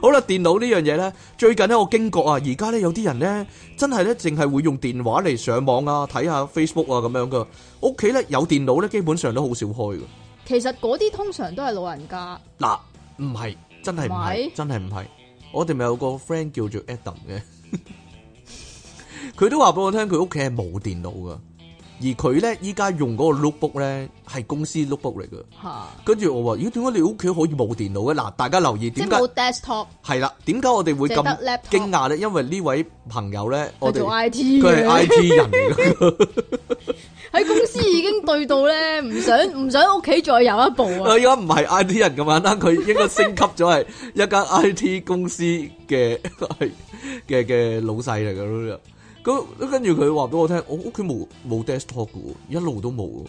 好啦，電腦呢樣嘢呢，最近呢，我驚覺啊，而家呢，有啲人呢，真係呢，淨係會用電話嚟上網啊，睇下 Facebook 啊咁樣噶。屋企呢，有電腦呢，基本上都好少開噶。其實嗰啲通常都係老人家，嗱，唔係，真係唔喂係，真係唔係。我哋咪有個 friend 叫 做 Adam 嘅，佢都話俾我聽，佢屋企係冇電腦噶，而佢咧依家用嗰個 notebook 咧係公司 notebook 嚟嘅。吓，跟住我話：咦，點解你屋企可以冇電腦嘅？嗱，大家留意即點係解冇 desktop，係啦？點解我哋會淨係咁得驚 laptop，訝咧？因為呢位朋友咧，我佢哋做 I T 佢係 I 嘅， T 人嚟嘅，喺公司已經對到咧，唔想唔想屋企再有一步佢啊，呃 而家唔係 I T 人咁簡單，佢應該升級咗係一間 I T 公司嘅 嘅嘅老細嚟嘅咯。咁跟住佢話俾我聽，我屋企冇冇 desktop 嘅喎，一路都冇喎，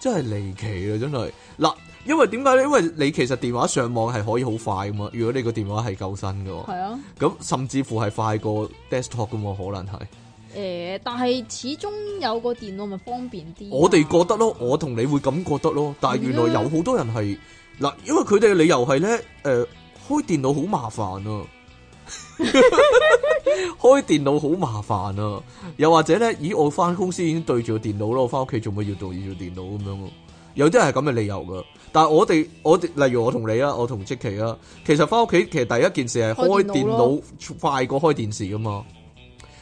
真係離奇啊！真係嗱，因為點解咧？因為你其實電話上網係可以好快噶嘛，如果你個電話係夠新嘅喎。係啊，咁甚至乎係快過 desktop 噶嘛，可能係。誒，但係始終有個電腦咪方便啲啊，我哋覺得咯，我同你會咁覺得咯，但係原來有好多人係嗱，因為佢哋嘅理由係咧，誒、開電腦好麻煩 啊，開電腦好麻煩啊，又或者咧，咦，我翻公司已經對住個電腦咯，我翻屋企做乜要對住電腦咁樣喎？有啲人係咁嘅理由噶，但係我哋我哋例如我同你啊，我同積淇啊，其實翻屋企其實第一件事係開開電電腦咯腦快過開電視噶嘛，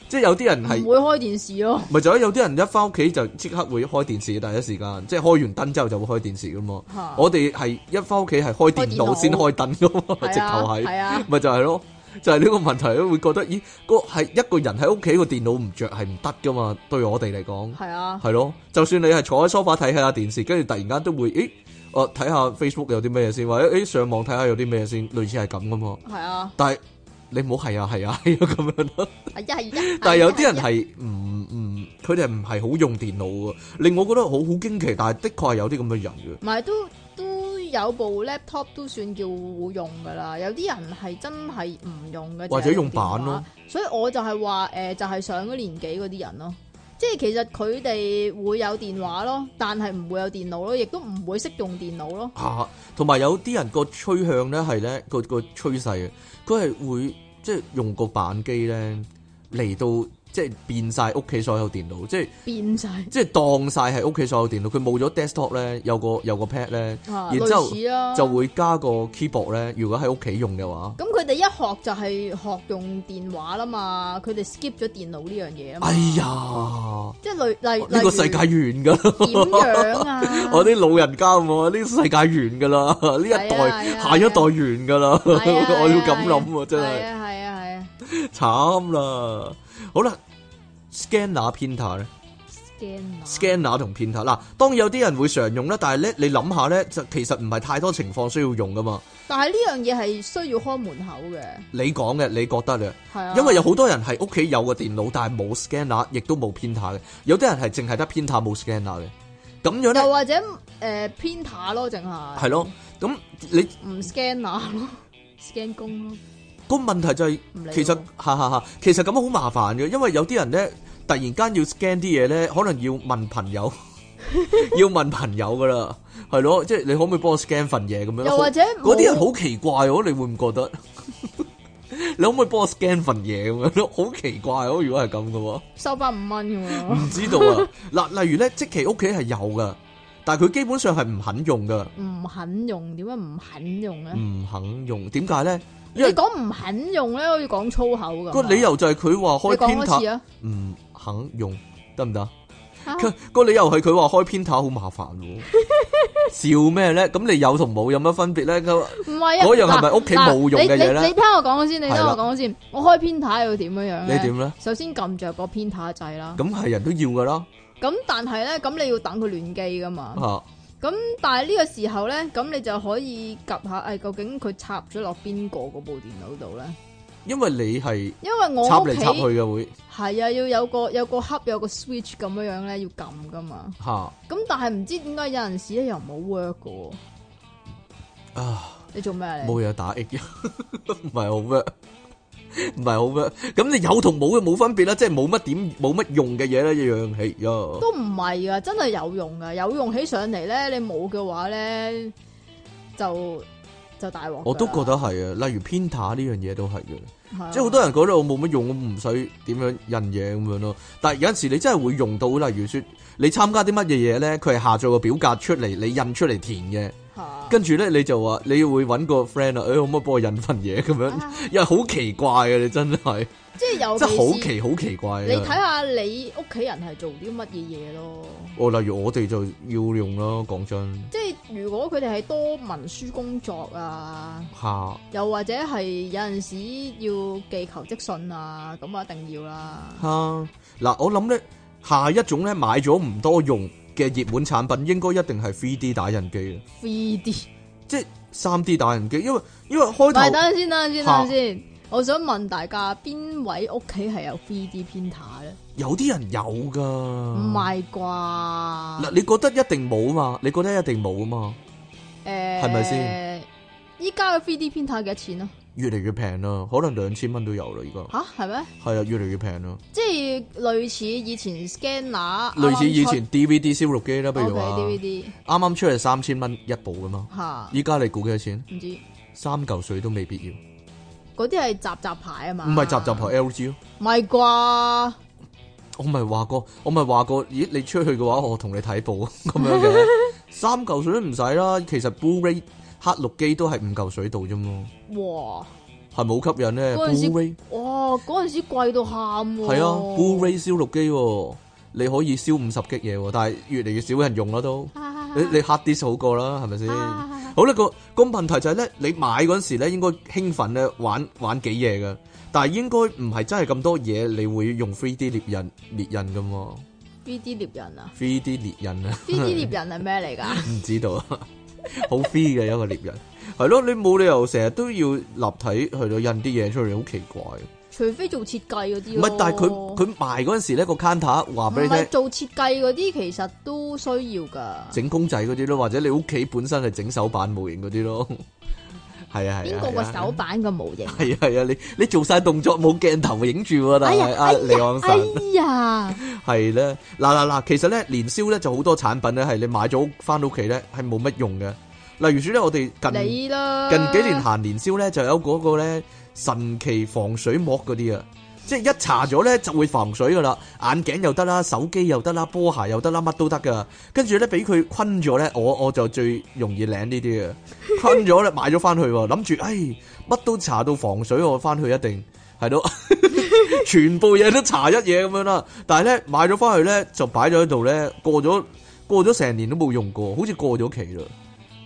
即係有啲人係唔。會開電視 咯，咪就係有啲人一翻屋企就即刻會開電視，第一時間即係開完燈之後就會開電視噶嘛。嚇我哋係一翻屋企係開電腦先開燈噶嘛，直係啊頭係，係啊，咪就係咯，就係呢個問題咯，會覺得咦，個係一個人喺屋企個電腦唔着係唔得噶嘛，對我哋嚟講係啊，係咯，就算你係坐喺 sofa 睇下電視，跟住突然間都會咦，我睇下 Facebook 有啲咩先，或者誒上網睇下有啲咩先，類似係咁噶嘛。係啊，哎但係你唔好係啊係啊係啊咁樣咯。係 一係一，但係有啲人哎係唔唔，佢哋唔係好用電腦嘅，令我覺得好好驚奇。但係的確係有啲咁嘅人嘅，唔係都都有部 laptop 都算叫會用噶啦，有啲人係真係唔用嘅，或者淨係用板咯電話。所以我就係話誒，就係、上咗年紀嗰啲人咯，即係其實佢哋會有電話咯，但係唔會有電腦咯，亦都唔會識用電腦咯。嚇，同埋有啲人個趨向咧係咧個個趨勢啊，佢係會即係用個板機咧嚟到即係變晒屋企所有電腦，即係變晒即係當晒係屋企所有電腦。佢冇咗 desktop 咧，有個有個 pad 咧，啊，然之後類似啦。就會加個 keyboard 咧。如果喺屋企用嘅話，咁佢哋一學就係學用電話啦嘛，佢哋 skip 咗電腦呢樣嘢啊嘛。哎呀，哦即係類例呢個世界完㗎啦。？例如點樣啊 我哦啲老人家喎，呢世界完噶啦， 呢一係啊係代啊下一代完噶啦， 我係啊係啊要咁諗啊，真係係啊係啊係啊慘啦。好啦，scanner printer 咧，scan 啊，scanner 同 printer 嗱，當然有啲人會常用啦，但係咧你諗下咧，就其實唔係太多情況需要用噶嘛。但係呢樣嘢係需要開門口嘅，你講嘅，你覺得咧？係啊，因為有好多人係屋企有個電腦，但係冇 scanner，亦都冇 printer 嘅。有啲人係淨係得 printer 冇 scanner 嘅。咁樣咧又或者誒 printer 咯，淨係係咯，咁你唔 scan 啊咯，scan 工咯，個問題就係、唔理喎其實哈哈哈，其實咁好麻煩嘅，因為有啲人咧突然間要 scan 啲嘢咧，可能要問朋 友，要問朋友噶啦，係咯，即係你可唔可以幫我 scan 份嘢咁樣？又或者好嗰啲人冇好奇怪喎，你會唔覺得？ 你可唔可以幫我 scan 份嘢咁樣？ 好奇怪喎，如果係咁嘅喎。 收翻五蚊咁樣咯，唔知道啊！嗱，例如咧，即其屋企係有噶，但係佢基本上係唔肯用噶，唔肯用，點解唔肯用咧？唔肯用。點解咧？嗯你因為講唔肯用咧，好似講粗口咁啊。個理由就係佢話開你講 printer 多次啊，唔肯用得唔得？啊佢個理由係佢話開 printer 好麻煩 喎，笑咩咧？咁你有同冇有乜分別咧？佢話唔係啊，嗰樣係咪嗱屋企冇用嘅嘢嗱你咧你你聽我講先，你聽係啦我講先，我開 printer 又點樣樣你點啊咧？首先撳着個 printer 掣啦，咁係人都要噶啦，咁但係咧，咁你要等佢亂機噶嘛。嚇咁但係呢個時候咧，咁你就可以及下，誒、究竟佢插咗落邊個嗰部電腦度咧？因為你係因為我插屋嚟企插去嘅會係啊，要有個有個盒有個 switch 咁樣樣咧，要撳噶嘛。嚇咁但係唔知點解有陣時咧又唔好 work 噶喎。啊，你做咩啊你？冇嘢打 A，唔係好咩？唔係好咩？咁你有同冇嘅冇分別啦，即係冇乜點冇乜用嘅嘢咧一樣係呀。都唔係噶，真係有用噶，有用起上嚟咧，你冇嘅話咧就就大鑊㗎啦。我都覺得係啊，例如 printer 呢樣嘢都係嘅。係啊即係好多人覺得我冇乜用，我唔使點樣印嘢咁樣咯。但係有陣時你真係會用到，例如説你參加啲乜嘢嘢咧，佢係下載個表格出嚟，你印出嚟填嘅。嚇跟住咧你就話你會揾個 friend 啊，誒、可唔可以幫我印份嘢咁 樣？啊又好奇怪嘅，你真係，即係尤真係好其是奇好奇怪你睇啊！下你屋企人係做啲乜嘢嘢咯。我哦例如我哋就要用咯，講真即係如果佢哋係多文書工作啊，嚇，又或者係有陣時要寄求職信啊，咁啊一定要啦。嚇嗱，我諗咧下一種咧買咗唔多用嘅熱門產品，應該一定係 3D 打印機啦， 3D，即係 3D 打印機，因為因為唔開係頭等陣先，等陣先，等嚇陣先。我想問大家邊位屋企係有 3D printer 咧？有啲人有㗎，唔唔係啩嗱，？你覺得一定冇嘛？你覺得一定冇啊嘛？誒，係咪先？依家嘅 3D printer 幾多錢啊？越嚟越平啦，可能兩千蚊都有啦，而家吓，係咩？係啊，越嚟越平啦。即係類似以前 scanner，類似以前 DVD 燒錄機啦，不譬如話，啱 DVD 啱出嚟三千蚊一部噶嘛，吓，依家你估幾多錢？唔知三嚿水都未必要，嗰啲係集集牌啊嘛？唔係集集台，LG 咯。唔係啩？我咪話過，我咪話過，咦？你出去嘅話，我同你睇部啊 咁樣嘅， 三嚿水都唔使啦。其實 Blu-ray 黑錄機都係五嚿水度啫嘛，哇！係咪好吸引咧嗰陣時哦？Blu-ray 哇！嗰陣時貴到喊喎，係啊，Blu-ray 燒錄機喎，你可以燒五十 G 嘢喎，但係越嚟越少人用啦都。你你 hard disk 好過啦，係咪先？啊好啦，個個問題就係咧，你買嗰陣時咧應該興奮咧玩玩幾嘢嘅，但係應該唔係真係咁多嘢，你會用 3D 列印列印噶嘛 B D 獵人啊？3D 列印啊， ，B D 獵人係咩嚟㗎？唔知道啊，好 free 嘅一個獵人，係咯，你冇理由成日都要立體去到印啲嘢出嚟，好奇怪。啊除非做設計嗰啲唔咯係，但係佢佢賣嗰陣時咧個 counter 話俾唔你聽係。做設計嗰啲，其實都需要㗎。整公仔嗰啲咯，或者你屋企本身係整手板模型嗰啲咯， 係啊係啊。邊個個手板嘅模型？係啊係啊，你你做晒動作冇鏡頭影住喎，但哎係呀，阿哎李昂呀，哎臣呀！係咧，嗱嗱嗱，其實咧年宵咧就好多產品咧係你買咗翻到屋企咧係冇乜用嘅，例如說咧我哋近你啦，近幾年行年宵咧就有嗰個咧神奇防水膜嗰啲啊。即係一搽咗咧就會防水噶啦，眼鏡又得啦，手機又得啦，波鞋又得啦，乜都得噶。跟住咧俾佢困咗咧，我我就最容易領呢啲嘅。困咗咧買咗翻去喎，諗住唉哎乜都搽到防水喎，翻去一定係咯， 全部嘢都搽一嘢咁樣啦。但係咧買咗翻去咧就擺咗喺度咧，過咗過咗成年都冇用過，好似過咗期啦。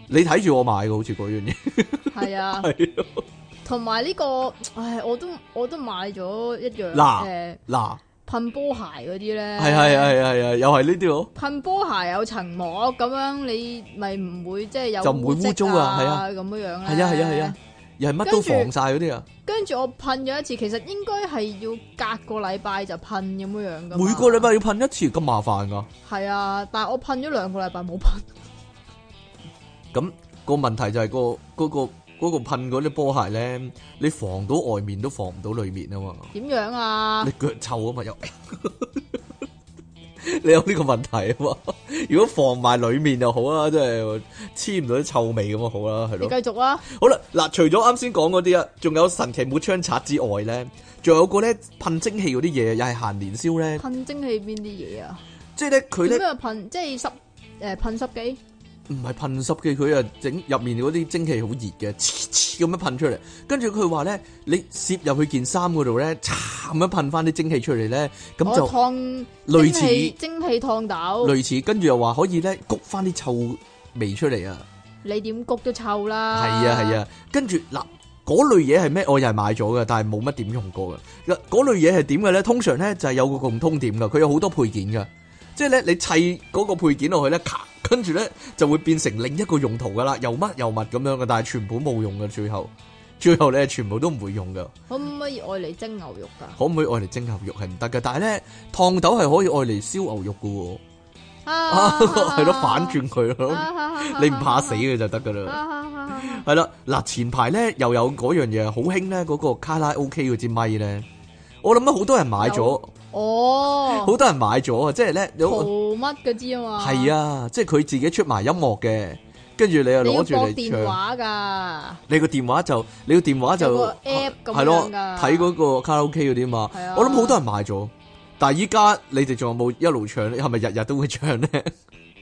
你睇住我買嘅，好似嗰樣嘢係啊，係咯同埋呢個，唉，我都我都買咗一樣嗱誒嗱，噴波鞋嗰啲咧，係係係係係，又係呢啲咯。噴波鞋有層膜咁樣，你咪唔會即係有就唔會污糟啊係啊咁樣樣咧係啊係啊係啊，又係乜都防晒嗰啲啊！跟住我噴咗一次，其實應該係要隔個禮拜就噴咁啊樣樣噶。每個禮拜要噴一次，咁麻煩噶。係啊，但係我噴咗兩個禮拜冇噴，咁、個問題就係、個嗰、個嗰、個噴嗰啲波鞋咧，你防到外面都防唔到裏面啊嘛。點樣啊你？腳臭啊嘛又， 你有呢個問題啊嘛。如果防埋裏面就好啦，即係黐唔到啲臭味咁啊好啦，係你咯繼。續啊！好啦，嗱，除咗啱先講嗰啲啊，仲有神奇抹槍刷之外咧，仲有個咧噴蒸汽嗰啲嘢，又係行年宵咧，噴蒸汽邊啲嘢啊？即係咧佢咧點。樣噴？即係濕誒噴濕機唔係噴濕嘅，佢啊整入面嗰啲蒸汽好熱嘅，呲呲咁樣噴出嚟。跟住佢話咧，你攝入去件衫嗰度咧，嚓咁樣噴翻啲蒸汽出嚟咧，咁我就哦燙類似蒸汽蒸汽燙豆，類似。跟住又話可以咧，谷翻啲臭味出嚟啊！你點焗都臭係啦。啊係啊，跟住嗱。嗰類嘢係咩？我又係買咗嘅，但係冇乜點用過嘅。嗱嗰類嘢係點嘅咧？通常咧就係有個共通點嘅，佢有好多配件嘅，即係咧你砌嗰個配件落去咧，咔，跟住咧就會變成另一個用途噶啦，又乜又物咁樣嘅，但係全部冇用嘅，最後最後咧全部都唔會用嘅。可唔可以愛嚟蒸牛肉噶？可唔可以愛嚟蒸牛肉係唔得嘅，但係咧燙豆係可以愛嚟燒牛肉嘅喎，啊 係咯、反轉佢咯，你唔怕死啊嘅就得噶啦。啊啊啊系啦，嗱前排咧又有嗰樣嘢好興咧，嗰、個卡拉 OK 嗰支咪咧，我諗好多人買咗，哦，好多人買咗啊！即係咧，淘有乜嗰啲啊嘛？係，啊，即係佢自己出埋音樂嘅，跟住你又你要攞住駁嚟電唱，話㗎，你個電話就你個電話有就啊個 app 咁樣㗎係咯，睇嗰個卡拉 OK 嗰啲嘛係啊，我諗好多人買咗，但係依家你哋仲有冇一路唱咧？係咪日日都會唱咧？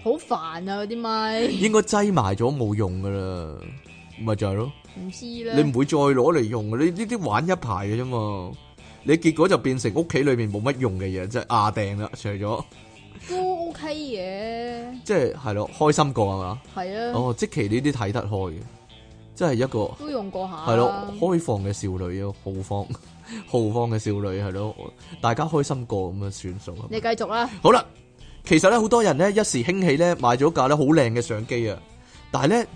好煩啊！嗰啲咪 應該擠埋咗冇用噶啦，咪就係咯。唔知你咧唔，會再攞嚟用嘅，你呢啲玩一排嘅啫嘛。你結果就變成屋企裏面冇乜用嘅嘢，即係亞掟啦，除咗都 OK 嘅，即係係咯，開心過係嘛？係啊，哦，即其呢啲睇得開嘅，真係一個都用過下。係啊咯，開放嘅少女咯，豪 放豪放嘅少女係咯，大家開心過咁啊算數。你繼續啦，好啦，其實咧好多人咧一時興起咧買咗架咧好靚嘅相機啊，但係咧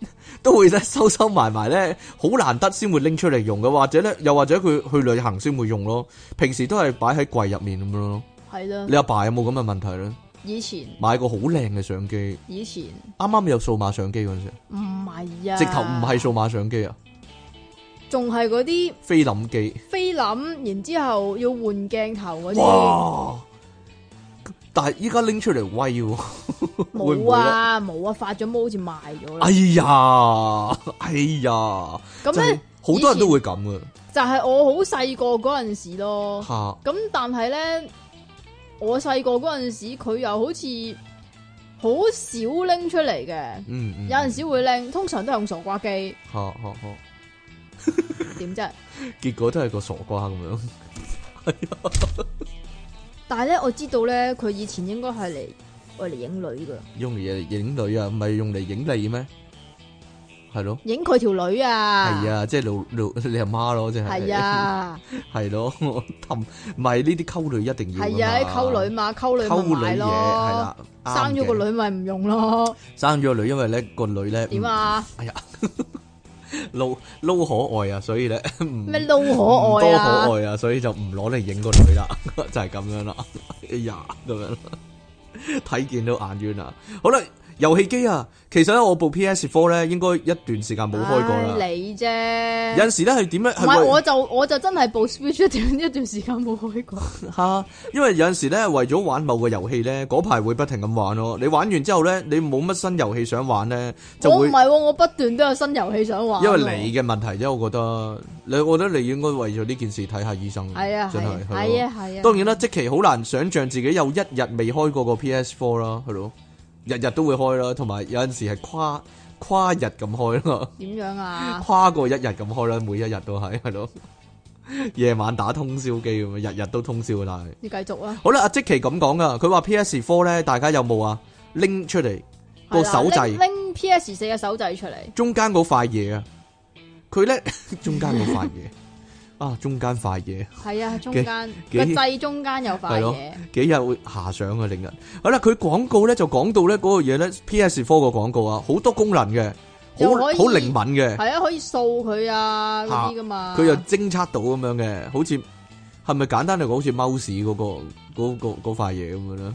都會咧收收埋埋咧，好難得先會拎出嚟用嘅，或者咧又或者佢去旅行先會用咯，平時都係擺喺櫃入面咁樣咯。係啦，你阿爸有冇咁嘅問題咧？以前買個好靚嘅相機，以前啱啱有數碼相機嗰陣時，唔係啊，直頭唔係，數碼相機啊，仲係嗰啲菲林機。菲林，然之後要換鏡頭嗰啲，哇！但係依家拎出嚟威喎，啊 會唔冇會啊冇啊，發咗毛好似賣咗啦哎。呀，哎呀！咁真係咧好多人都會咁嘅就係我好細個嗰陣時咯。嚇，咁但係咧，我細個嗰陣時，佢又好似好少拎出嚟嘅，嗯嗯，有陣時會拎，通常都係用傻瓜機，嚇嚇嚇，點啫？結果都係個傻瓜咁樣， 但係咧，我知道咧，佢以前應該係嚟我嚟影女噶，用嚟影女啊，唔係用嚟影你咩？係咯，影佢條女啊，係，啊，即係老老你阿媽咯，即係係，啊，係咯， 我氹唔係呢啲溝女一定要㗎係啊，啲嘛溝女嘛，溝女溝咪買女嘢係咯，啦，生咗啱嘅個女咪唔用咯，生咗個女，因為咧個女咧點啊？撈撈可愛啊，所以咧唔咩撈唔可愛多啊可？愛啊，所以就唔攞嚟影個女啦， 就係咁樣啦。 哎呀，咁樣啦 睇見到眼冤啊！好啦，遊戲機啊，其實咧我部 PS Four 咧應該一段時間冇開過啦。唉你有啫。陣時咧係點咧？唔係係，為 我就我就真係部 Switch 一段 一段時間冇開過。吓，因為有陣時咧為咗玩某個遊戲咧，嗰排會不停咁玩咯。你玩完之後咧，你冇乜新遊戲想玩咧，就我唔會係啊喎，我不斷都有新遊戲想玩喎。因為你嘅問題啫。我覺得你，我覺得你應該為咗呢件事睇下醫生。係啊真係係啊係咯係啊係啊，當然啦，即期好難想像自己有一日未開過個 PS4 啦，係咯，日日都會開啦，同埋有陣時係跨跨日咁開啦，點樣啊？跨過一日咁開啦，每一日都係係咯， 夜晚打通宵機咁樣，日日都通宵，但係你繼續啊。好啦，阿即期咁講噶，佢話 PS4 咧，大家有冇啊拎出嚟個係啦手拎掣拎 PS 四嘅手掣出嚟，中間嗰塊嘢啊？佢咧 中間嗰塊嘢啊，中間塊嘢。係啊，中間幾個掣中間有係塊咯嘢，幾日會下上嘅令人。好啦，佢廣告咧就講到咧嗰個嘢咧，PS4 個廣告啊，好多功能嘅，好又可以好靈敏嘅，係啊，可以掃佢啊嗰啲噶嘛。佢又偵測到咁樣嘅，好似係咪簡單嚟講，好似 mouse 嗰、個嗰、個嗰塊嘢咁樣咧，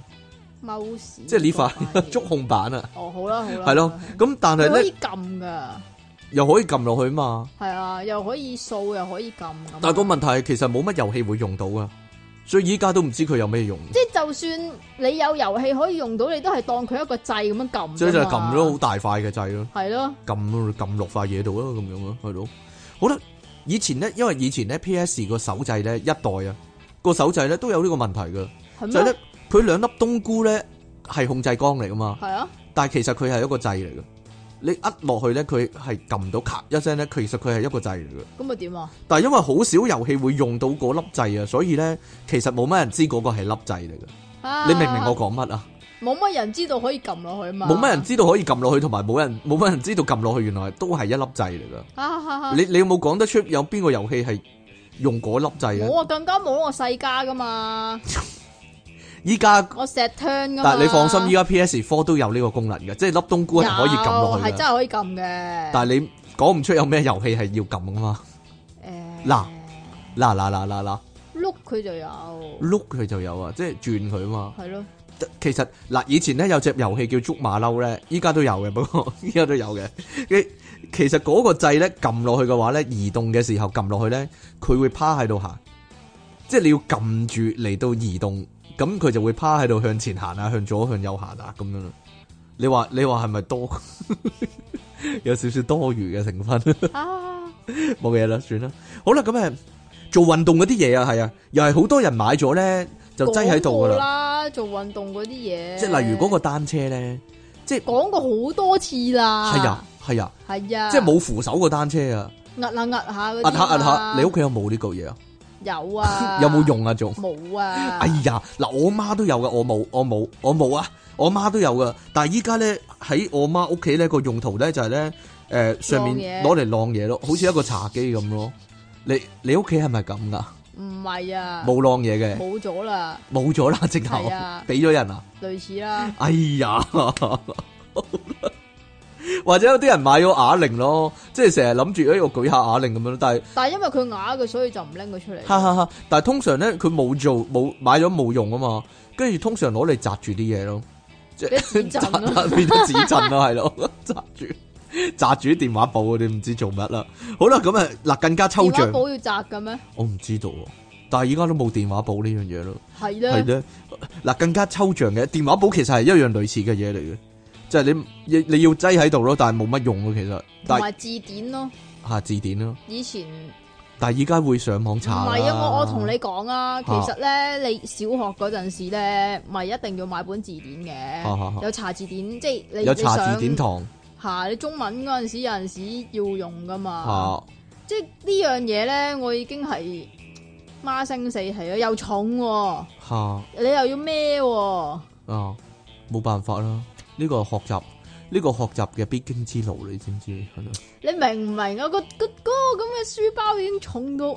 mouse，即係呢 嗰塊嘢觸控板啊，哦，好啦好啦，係咯好啦。咁但你係可以咧撳噶，又可以撳落去嘛，係啊，又可以掃又可以撳咁。但係個問題係其實冇乜遊戲會用到噶，所以依家都唔知佢有咩用。即係就算你有遊戲可以用到，你都係當佢一個掣咁樣啊撳。所以就係撳咯，好，大塊嘅掣咯。係咯，撳咯，撳落塊嘢度咯，咁樣咯，係咯。好啦，以前咧，因為以前咧 PS 個手掣咧一代啊，個手掣咧都有呢個問題噶，係就係咩咧？佢兩粒冬菇咧係控制光嚟噶嘛，係啊，但係其實佢係一個掣嚟嘅。你呃落去咧，佢係撳唔到咔一聲咧，其實佢係一個掣嚟嘅。咁咪點啊？但係因為好少遊戲會用到嗰粒掣啊，所以咧其實冇乜人知嗰個係粒掣嚟嘅。啊你明唔明我講乜啊？冇乜人知道可以撳落去嘛？冇乜人知道可以撳落去，同埋冇人冇乜人知道撳落去原來都係一粒掣嚟噶。啊哈哈你你有冇講得出有邊個遊戲係用嗰粒掣嘅？我啊更加冇我世家噶嘛，依家我石 turn 噶嘛。但係你放心，依家 PS Four 都有呢個功能嘅，即係粒冬菇係可以撳落有去係真嘅。係可以撳嘅。但係你講唔出有咩遊戲係要撳噶嘛？誒嗱嗱嗱嗱嗱嗱，碌佢就有，碌佢就有啊，即係轉佢啊嘛。係咯，其實嗱，以前咧有隻遊戲叫捉馬騮咧，依家都有嘅，不過 依家都有嘅。你其實嗰個掣咧撳落去嘅話咧，移動嘅時候撳落去咧，佢會趴喺度行，即係你要撳住嚟到移動，咁佢就會趴喺度向前行啊，向左向右行啊咁樣咯。你話你話係咪多 有少少多餘嘅成分？ 啊冇嘢啦，算啦。好啦，咁誒做運動嗰啲嘢啊，係啊，又係好多人買咗咧就擠喺度噶啦。啦，做運動嗰啲嘢，即係例如嗰個單車咧，即係講過好多次啦，係啊，係啊，係啊，即係冇扶手個單車啊，壓下壓下嗰啲壓啊下壓嘛下，你屋企有冇呢個嘢啊？ 有啊， 有冇？用啊？仲？冇啊，哎呀，嗱，我媽都有噶，我冇，我冇，我冇啊，我媽都有噶，但係依家咧喺我媽屋企咧個用途咧就係咧，誒上面晾嘢攞嚟晾嘢咯，好似一個茶几咁咯。你你屋企係咪咁噶？唔係啊，冇晾嘢嘅，冇咗啦，冇咗啦，直頭係啊俾咗人啊！類似啦，哎呀， 好啦或者有啲人買咗啞鈴咯，即係成日諗住哎我舉下啞鈴咁樣咯，但係但係因為佢啞嘅，所以就唔拎佢出嚟。哈哈哈！但係通常咧佢冇做冇買咗冇用啊嘛，跟住通常攞嚟擲住啲嘢咯。俾 指震扎咯，啦，變咗指震啦，係咯， 扎住扎住啲電話簿，你唔知做乜啦。好啦，咁啊嗱，更加抽電話象，簿要摘嘅咩？我唔知道喎。但係依家都冇電話簿呢樣嘢咯，係係啦，咧嗱，更加抽象嘅電話簿其實係一樣類似嘅嘢嚟嘅，就係你你你要擠喺度咯，但係冇乜用咯，其實，同但係埋字典咯。下字典咯，以前但係依家會上網唔查啦係啊，我我同你講啊，其實咧，你小學嗰陣時咧，咪一定要買本字典啊啊啊嘅，有查字典，即係你有查字典你上堂嚇，你中文嗰陣時有陣時要用噶嘛，啊，即係呢樣嘢咧，我已經係孖聲四氣啦，又重喎，嚇你又要孭喎，啊，冇辦法啦，呢個係學習呢個學習嘅必經之路，你知唔知？係咯。你明唔明啊？個個嗰個咁嘅書包已經重到嘔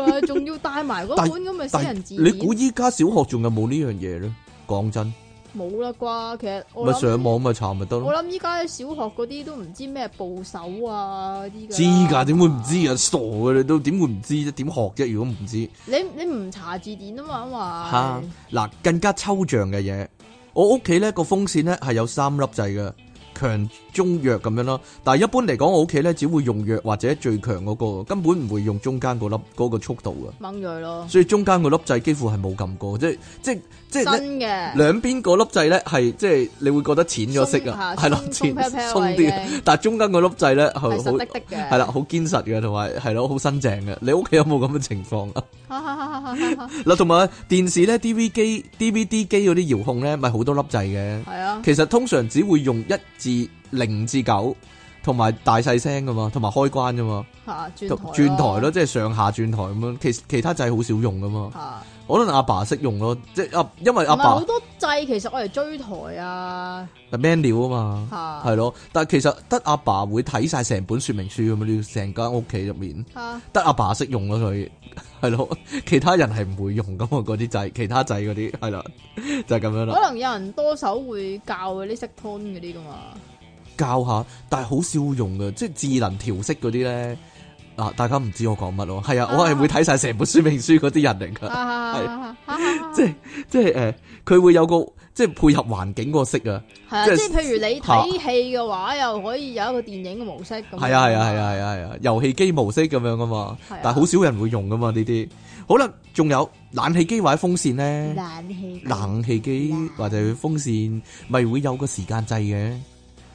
啊，仲要帶埋嗰本咁嘅但死人字你估典，依家小學仲有冇呢樣嘢咧？講真，冇啦啩？其實我咪諗上網咪查咪得我咯。諗依家小學嗰啲都唔知咩部首啊嗰啲㗎知㗎，點會唔知？啊？傻嘅你都點會唔知啫？點學啫？如果唔知你你唔查字典啊嘛，吓話嗱，更加抽象嘅嘢。我屋企咧個風扇咧係有三粒掣嘅，強、中、弱咁樣咯。但係一般嚟講，我屋企咧只會用弱或者最強嗰、個，根本唔會用中間嗰粒嗰個速度嘅。掹咗佢咯，所以中間嗰粒掣幾乎係冇撳過，即係即係即係咧真嘅兩邊嗰粒掣咧係即係你會覺得淺咗色啊，鬆係咯，鬆淺鬆飄飄鬆位啲嘅啊。但係中間嗰粒掣咧係好係實的的嘅，係啦，好堅實嘅，同埋係咯，好新淨嘅。你屋企有冇咁嘅情況啊？哈哈哈哈哈哈，嗱，同埋電視咧、DV 機、DVD 機嗰啲遙控咧，咪好多粒掣嘅。係啊， 其實通常只會用一至零至九，同埋大細聲噶嘛，同埋開關噶嘛，吓轉同台轉台咯，，即係上下轉台咁樣。其其他掣好少用噶嘛，吓可能阿爸識用咯，即係阿啊因為唔阿係好爸多掣，其實我嚟追台啊，係 man 料啊嘛。吓係咯，但係其實得阿爸會睇晒成本說明書咁樣，要成間屋企入面吓得阿爸識用咯，佢係咯， 其他人係唔會用噶嘛，嗰啲掣，其他掣嗰啲係啦，就係咁樣啦，可能有人多手會教嗰啲識吞嗰啲噶嘛，教下，但係好少用嘅，即係智能調色嗰啲咧，啊，大家唔知我講乜咯，係啊，我係會睇晒成本說明書嗰啲人嚟噶，哈哈哈哈哈哈即係即係誒，佢、會有個即係配合環境個色啊，係啊，即係即係譬如你睇戲嘅話，又可以有一個電影嘅模式咁。係啊係啊係啊係啊係啊，遊戲機模式咁樣噶嘛。係啊，但係好少人會用噶嘛呢啲。好啦，仲有冷氣機或者風扇咧，冷氣機冷氣機冷或者風扇咪會有個時間掣嘅。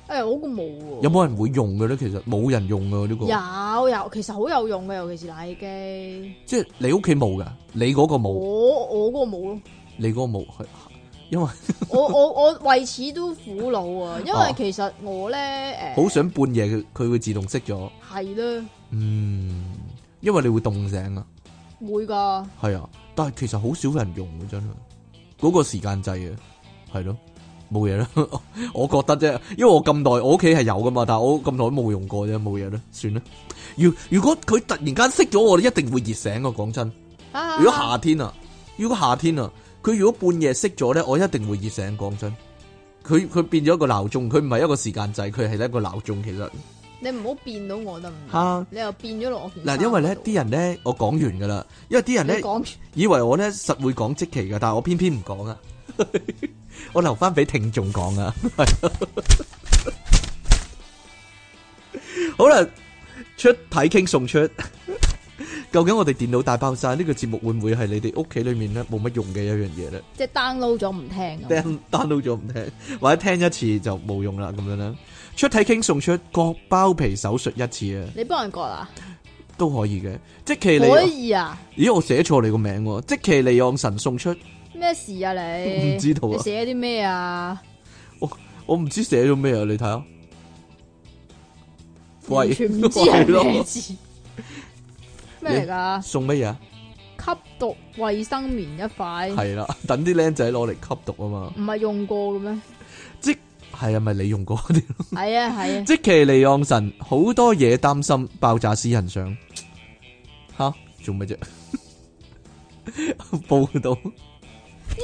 哎呀，我個冇喎。有冇人會用嘅咧？其實冇人用嘅呢個，有有，其實好有用嘅，尤其是冷氣機。即係你屋企冇噶，你嗰個冇，我我嗰個冇咯，你嗰個冇，係因為我我我為此都苦惱啊，因哦為其實我咧好誒想半夜佢佢會自動熄咗。係啦，嗯，因為你會凍醒啊，會㗎，係啊，但係其實好少人用嘅真係嗰個時間掣啊，係咯。冇嘢啦， 我覺得啫，因為我咁耐，我屋企係有噶嘛，但係我咁耐都冇用過啫，冇嘢啦，算啦。如如果佢突然間熄咗，我哋一定會熱醒嘅。講真，啊如果夏天啊，如果夏天啊，佢如果半夜熄咗咧，我一定會熱醒。講真，佢佢變咗一個鬧鐘，佢唔係一個時間掣，佢係一個鬧鐘。其實你唔好變到我得唔嚇得？嗱、你又變咗落我件衫因為咧嗰度啲人咧，我講完噶啦，因為啲人你咧講以為我咧實會講即期嘅，但係我偏偏唔講啊， 我留翻俾聽眾講啊。 好啦，出體傾送出，究竟我哋電腦大爆炸呢個節目會唔會係你哋屋企裏面咧冇乜用嘅一樣嘢咧即係 download 咗唔聽咁。 ？down download 咗唔聽，或者聽一次就冇用啦咁樣啦。出體傾送出割包皮手術一次啊，你幫人割啊？都可以嘅。即期你可以啊，咦，我寫錯你個名喎！即其利昂神送出咩事啊你？唔知道啊你寫啲咩啊？我唔知寫咗咩啊，你睇下。完喂，全唔知啊係係咯咩字。咩嚟噶？送乜嘢啊？吸毒衛生棉一塊，係啦，等啲僆仔攞嚟吸毒啊嘛。唔係用過嘅 咩？即係啊，咪你用過啲咯。 係啊係啊，即其尼昂神好多嘢擔心爆炸私人相，吓做乜啫？ 報道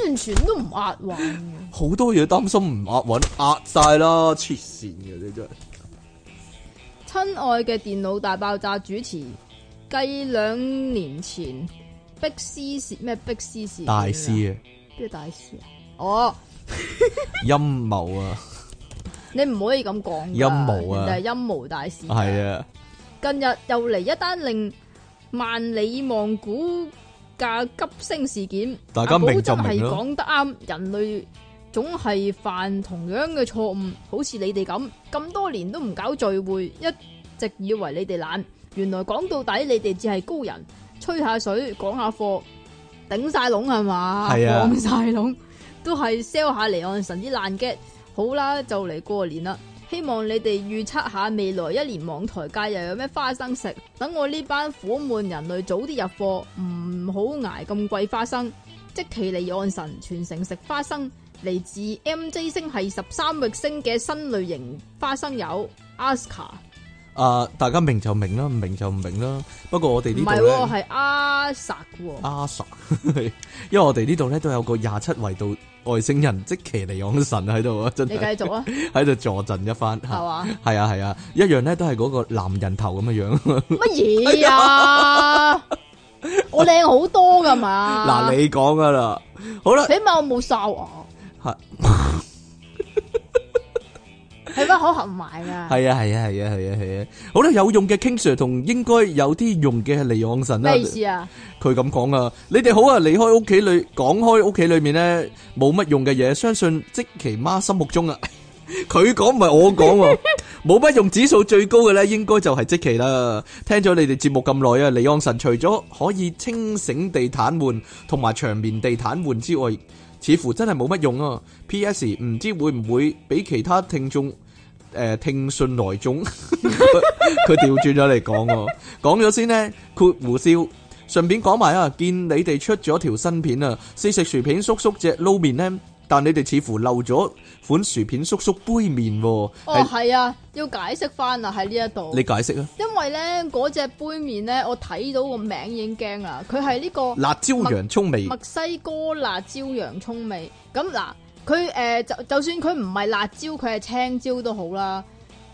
完全都唔押韻嘅。好多嘢擔心唔押韻，押晒啦，黐線嘅你真係。親愛嘅電腦大爆炸主持，繼兩年前逼私事咩逼私事件啊大師啊，邊個大師啊？哦，陰謀啊，你唔可以咁講㗎，陰謀啊人哋係陰謀大師。係啊，近日又嚟一單令萬里望股價急升事件，啊大家明就阿寶真明係啦。講得啱，人類總係犯同樣嘅錯誤，好似你哋咁咁多年都唔搞聚會，一直以為你哋懶，原來講到底你哋只係高人，吹下水，講下課，頂晒籠係嘛，係啊放晒籠，都係 sell 下離岸神啲爛 get。好啦，就嚟過年啦。希望你哋預測下未來一年網台界又有咩花生食，等我呢班苦悶人類早啲入貨，唔好挨咁貴花生。即其離岸神全城食花生，嚟自 MJ 星系十三域星嘅新類型花生友 Aska，啊，大家明就明啦，唔明就唔明啦。不過我哋唔呢啊係度喎咧，係 Asak 喎，阿 Sa，因為我哋呢度咧都有個廿七維度外星人即其尼昂神喺度啊，真你繼係續啊，喺度坐陣一番吓 係。嘛？系啊系啊，一樣咧都係嗰個男人頭咁嘅樣。乜嘢啊？我靚好多噶嘛？嗱、你講噶啦，好啦，起碼我冇哨牙，係 係咪口合埋噶？係啊係啊係啊係啊係啊，好啦，有用嘅 King Sir 同應該有啲用嘅係離岸神啦咩。意思啊？佢咁講啊，你哋好啊，離開屋企裏，講開屋企裏面咧冇乜用嘅嘢，相信即其媽心目中啊，佢講唔係我講喎，冇乜用指數最高嘅咧，應該就係即其啦。聽咗你哋節目咁耐啊，離岸神除咗可以清醒地癱瘓，同埋長眠地癱瘓之外，似乎真係冇乜用啊。P.S. 唔知會唔會俾其他聽眾誒、呃、聽信來眾？佢調轉咗嚟講喎，講咗先呢，括弧笑。順便講埋啊，見你哋出咗條新片啊，試食薯片叔叔只撈面呢，但你哋似 乎漏咗款薯片叔叔杯麵喎、哦，係係啊，要解釋翻啊喺呢一度你，解釋啊，因為咧嗰只杯麵咧，我睇到個名已經驚啦，佢係呢個。辣椒洋葱味墨西哥辣椒洋葱味。咁嗱，佢誒、呃就就算佢唔係辣椒，佢係青椒都好啦，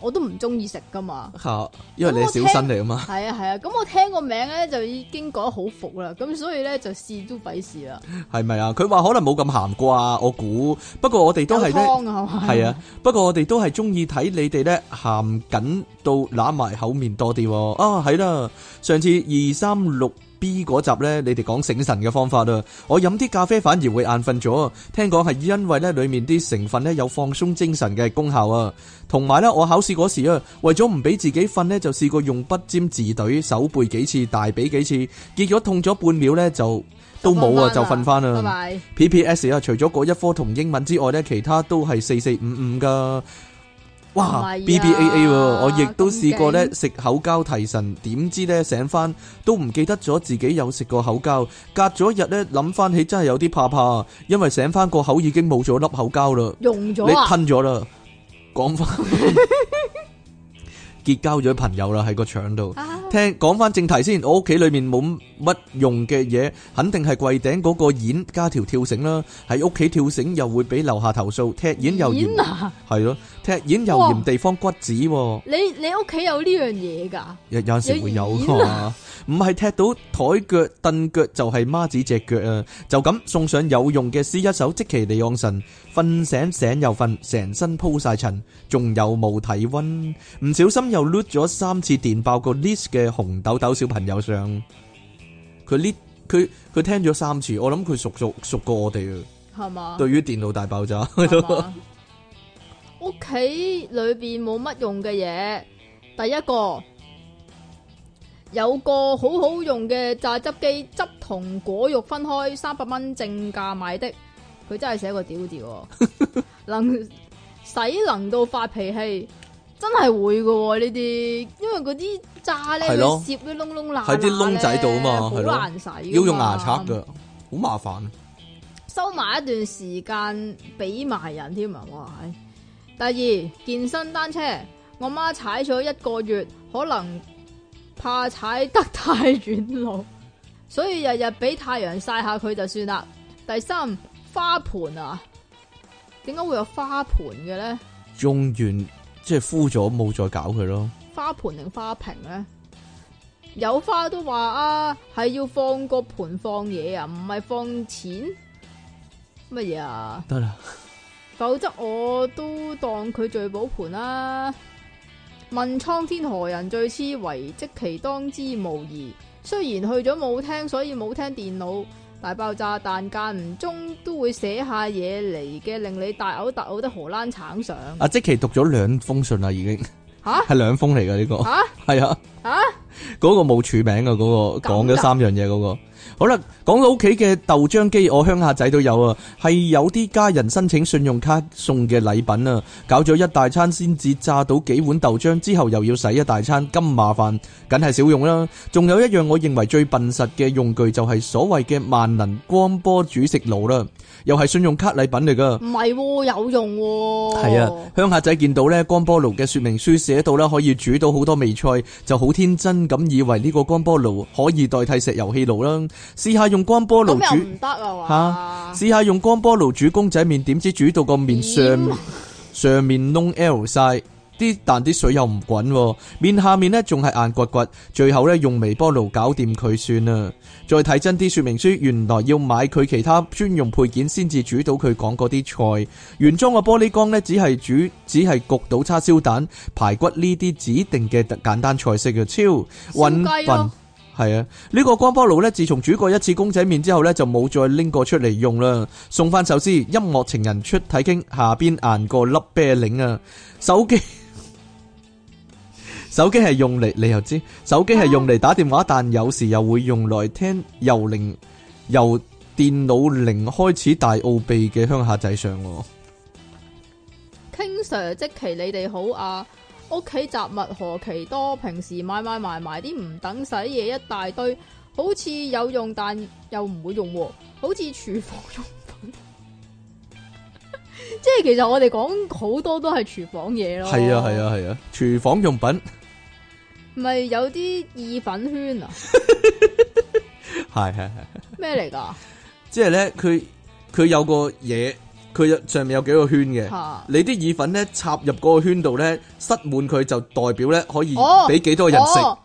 我都唔中意食 噶嘛。嚇，因為你係小新嚟啊嘛，係啊係啊，咁我聽個名咧就已經覺得好服啦，咁所以咧就試都費事啦。係咪啊？佢話可能冇咁鹹啩，我估。不過我哋都係有呢。湯啊係嘛？系啊，不過我哋都係中意睇你哋咧鹹緊到揦埋口面多啲喎。啊，係啦，上次二三六 B 嗰集咧，你哋講醒神嘅方法啦。我飲啲咖啡反而會眼瞓咗，聽講係因為咧裡面啲成分咧有放鬆精神嘅功效啊。同埋咧，我考試嗰時啊，為咗唔俾自己瞓咧，就試過用筆尖自隊手背幾次，大髀幾次，結果痛咗半秒咧就都冇啊，就就瞓瞓翻返啦。拜拜。 P.P.S. 啊，除咗嗰一科同英文之外咧，其他都係四四五五噶。唔係哇啊！B.B.A.A. 喎，我亦都咁試過咧勁食口膠提神，點知咧醒翻都唔記得咗自己有食過口膠。隔咗日咧諗翻起真係有啲怕怕，因為醒翻個口已經冇咗粒口膠啦，用你咗啊！吞咗啦。講 翻結交咗朋友啦，喺個腸度。啊聽講翻正題先，我屋企裏面冇乜用嘅嘢，肯定係櫃頂嗰個鏈加條跳繩啦。喺屋企跳繩又會俾樓下投訴，踢毽又嫌煙啊！係咯，踢毽又嫌地方骨子喎，你你屋企有呢樣嘢㗎？有有陣時會有有㗎毽嘛。唔係踢到台腳凳腳就係孖子只腳啊！就咁送上有用嘅詩一首，即其利昂神瞓醒醒又瞓，成身鋪晒塵，仲有冇體温？唔小心又碌咗三次電爆個 list 嘅紅豆豆小朋友上，佢 l 佢佢聽咗三次，我諗佢熟熟熟過我哋啊！係嘛？對於電腦大爆炸，係嘛屋企裏边冇乜用嘅嘢，第一個有個好好用嘅榨汁機，汁同果肉分開，三百蚊正價買的。佢真係寫個屌字喎， 能洗能到發脾氣，真係會噶喎呢啲，因為嗰啲渣咧，係佢咯攝啲窿窿罅罅喺啲窿仔度啊嘛好係咯難洗㗎嘛， 要用牙刷噶，好麻煩。收埋一段時間俾埋人添啊！哇！唉第二健身單車，我媽踩咗一個月，可能怕踩得太遠路， 所以日日俾太陽曬下佢就算啦。第三花盆啊，點解會有花盆嘅咧？用完即係敷咗，冇再搞佢咯。花盆定花瓶咧？有花都話啊，係要放個盆放嘢啊，唔係放錢乜嘢啊？得啦，否則我都當佢聚寶盤啦。問蒼天何人最痴，唯即其當之無疑。雖然去咗舞廳，所以冇聽電腦大爆炸，但間唔中都會寫下嘢嚟嘅，令你大嘔特嘔得荷蘭橙上。阿即奇讀咗兩封信啦，已經吓 係兩封嚟噶呢個。吓係啊，吓，嗰個冇署名嘅嗰、咁個講咗㗎三樣嘢嗰、個。好啦，講到屋企嘅豆漿機，我鄉下仔都有啊，係有啲家人申請信用卡送嘅禮品啊，搞咗一大餐先至炸到幾碗豆漿，之後又要洗一大餐，咁麻煩，梗係少用啦。仲有一樣我認為最笨實嘅用具就係所謂嘅萬能光波煮食爐啦，又係信用卡禮品嚟噶。唔係喎，有用喎。系啊，鄉下仔見到咧光波爐嘅說明書寫到咧可以煮到好多味菜，就好天真咁以為呢個光波爐可以代替石油氣爐啦。試下用光波爐咁又煮，唔得啊嘛。試下用光波爐煮公仔麵，點知煮到個面上點上面窿 L 晒。啲但啲水又唔滾喎，面下面呢仲係硬掘掘，最後呢用微波爐搞掂佢算啦。再睇真啲說明書，原來要買佢其他專用配件先至煮到佢講嗰啲菜。原裝嘅玻璃缸呢，只係煮，只係焗到叉燒蛋、排骨呢啲指定嘅特簡單菜式嘅，超燒雞咯係啊，呢個光波爐呢，自從煮過一次公仔麵之後呢，就冇再拎過出嚟用啦。送翻首詩，音樂情人出體傾下邊硬個粒啤領啊！手機手機係用嚟，你又知手機係用嚟打電話，但有時又會用來聽由零由電腦零開始大奧秘嘅鄉下仔上喎。 King Sir，即其你哋好啊！屋企雜物何其多，平時買買埋埋啲唔等使嘢一大堆，好似有用但又唔會用喎、好似廚房用品。 即係其實我哋講好多都係廚房嘢咯。係啊係，啊係啊！廚房用品咪有啲意粉圈啊？係係係。咩嚟㗎？ 即系咧，佢佢有個嘢，佢有上面有幾個圈嘅。嚇你啲意粉咧插入嗰個圈度咧，塞滿佢就代表咧可以哦俾幾多人食，哦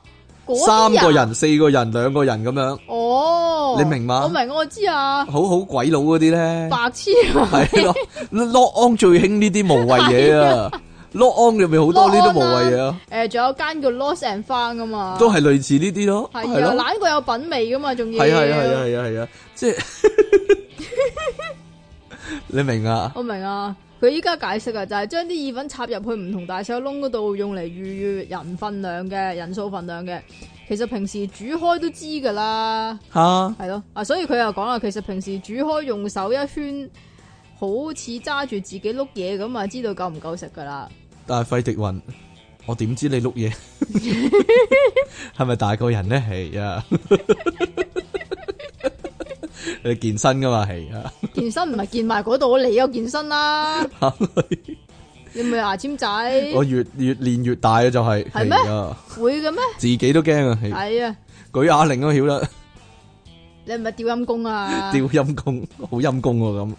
嗰啲三個啊人、四個人、兩個人咁樣，哦，你明嘛我明，我知啊，好好鬼佬嗰啲咧，白痴啊！ 係咯 ，lock on 最興呢啲無謂嘢啊，lock on 入面好多呢啲無謂嘢啊，誒，仲有間叫 Lost and Found 㗎嘛，都係類似呢啲咯，系啊，係咯，懶過有品味噶嘛，仲要係啊係啊係啊係啊係啊，即係 你明啊？我明啊。佢依家解釋啊，就係將啲意粉插入去唔同大小窿嗰度，用嚟預約人份量嘅人數份量嘅。其實平時煮開都知噶啦，吓。係咯啊，所以佢又講啦，其實平時煮開用手一圈，好似揸住自己碌嘢咁啊，知道夠唔夠食 噶啦。但系费迪云，我點知你碌 嘢？係咪大個人咧？係啊， 你健身噶嘛？ 係啊，健身唔係健埋嗰度，你有健身啦，你咪牙籤仔我越越练越大啊，就係係咩係啊，會嘅咩？自己都驚啊，係係啊，舉啞鈴都曉啦，你係咪吊陰公 啊？吊陰公，好陰公喎咁。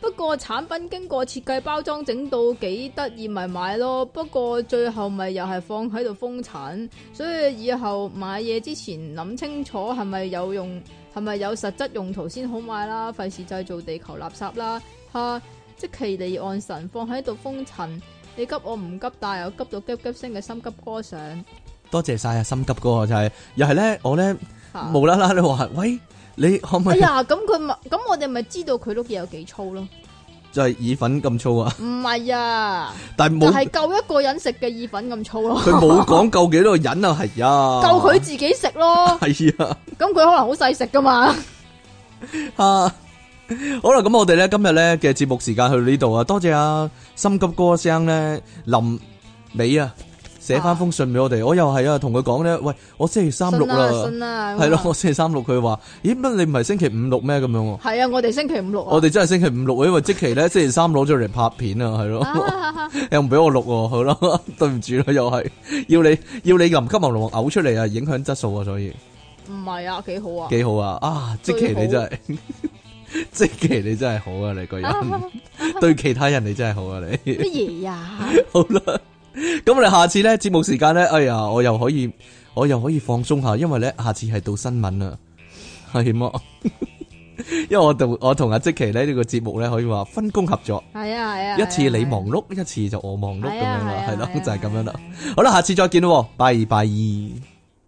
不過產品經過設計包裝整到幾得意，咪買咯。不過最後咪又係放喺度封塵，所以以後買嘢之前諗清楚係咪有用，係咪有實質用途先好買啦，費事製造地球垃圾啦。吓、即其離岸神放喺度封塵，你急我唔急，但又急到急急聲嘅心急歌上 多謝晒啊，心急哥就係又係咧，我咧吓。無啦啦你話喂，你可唔可哎以？呀，咁佢咪咁我哋咪知道佢碌嘢有幾粗咯？就係意粉咁粗啊！ 唔係啊，但係就冇係夠一個人食嘅意粉咁粗咯，佢 冇講夠幾多個人啊，係啊，夠佢自己食 咯。係啊。咁佢可能好細食噶嘛。啊！好啦，咁我哋咧今日咧嘅節目時間去到呢度啊，多謝啊心急歌聲咧林美啊寫翻封信俾我哋，我又係啊同佢講咧，喂，我星期三六信啦，啦，信啦，啊係咯，我星期三六佢話，咦乜你唔係星期五六咩咁樣喎？係啊，我哋星期五六啊。我哋真係星期五錄，因為即期咧星期三攞咗嚟拍片啊，係咯，啊 又唔俾我錄喎，好啦， 對唔住啦，又係要你要你臨急忙忙嘔出嚟啊，影響質素啊，所以。 唔係啊，幾好啊。幾好啊！啊，即奇最好你真係， 即奇你真係好啊！你個 人對其他人你真係好啊！你 乜嘢呀？好啦，咁我哋下次咧節目時間咧，哎呀，我又可以我又可以放鬆下，因為咧下次係到新聞啦，係麼？ 因為我同我同阿即奇咧呢個節目咧可以話分工合作，係啊係啊。啊一次你忙碌碌，一次就我忙碌咁樣啦，係咯，就係咁樣啦。啊係啊。好啦，下次再見咯，拜拜。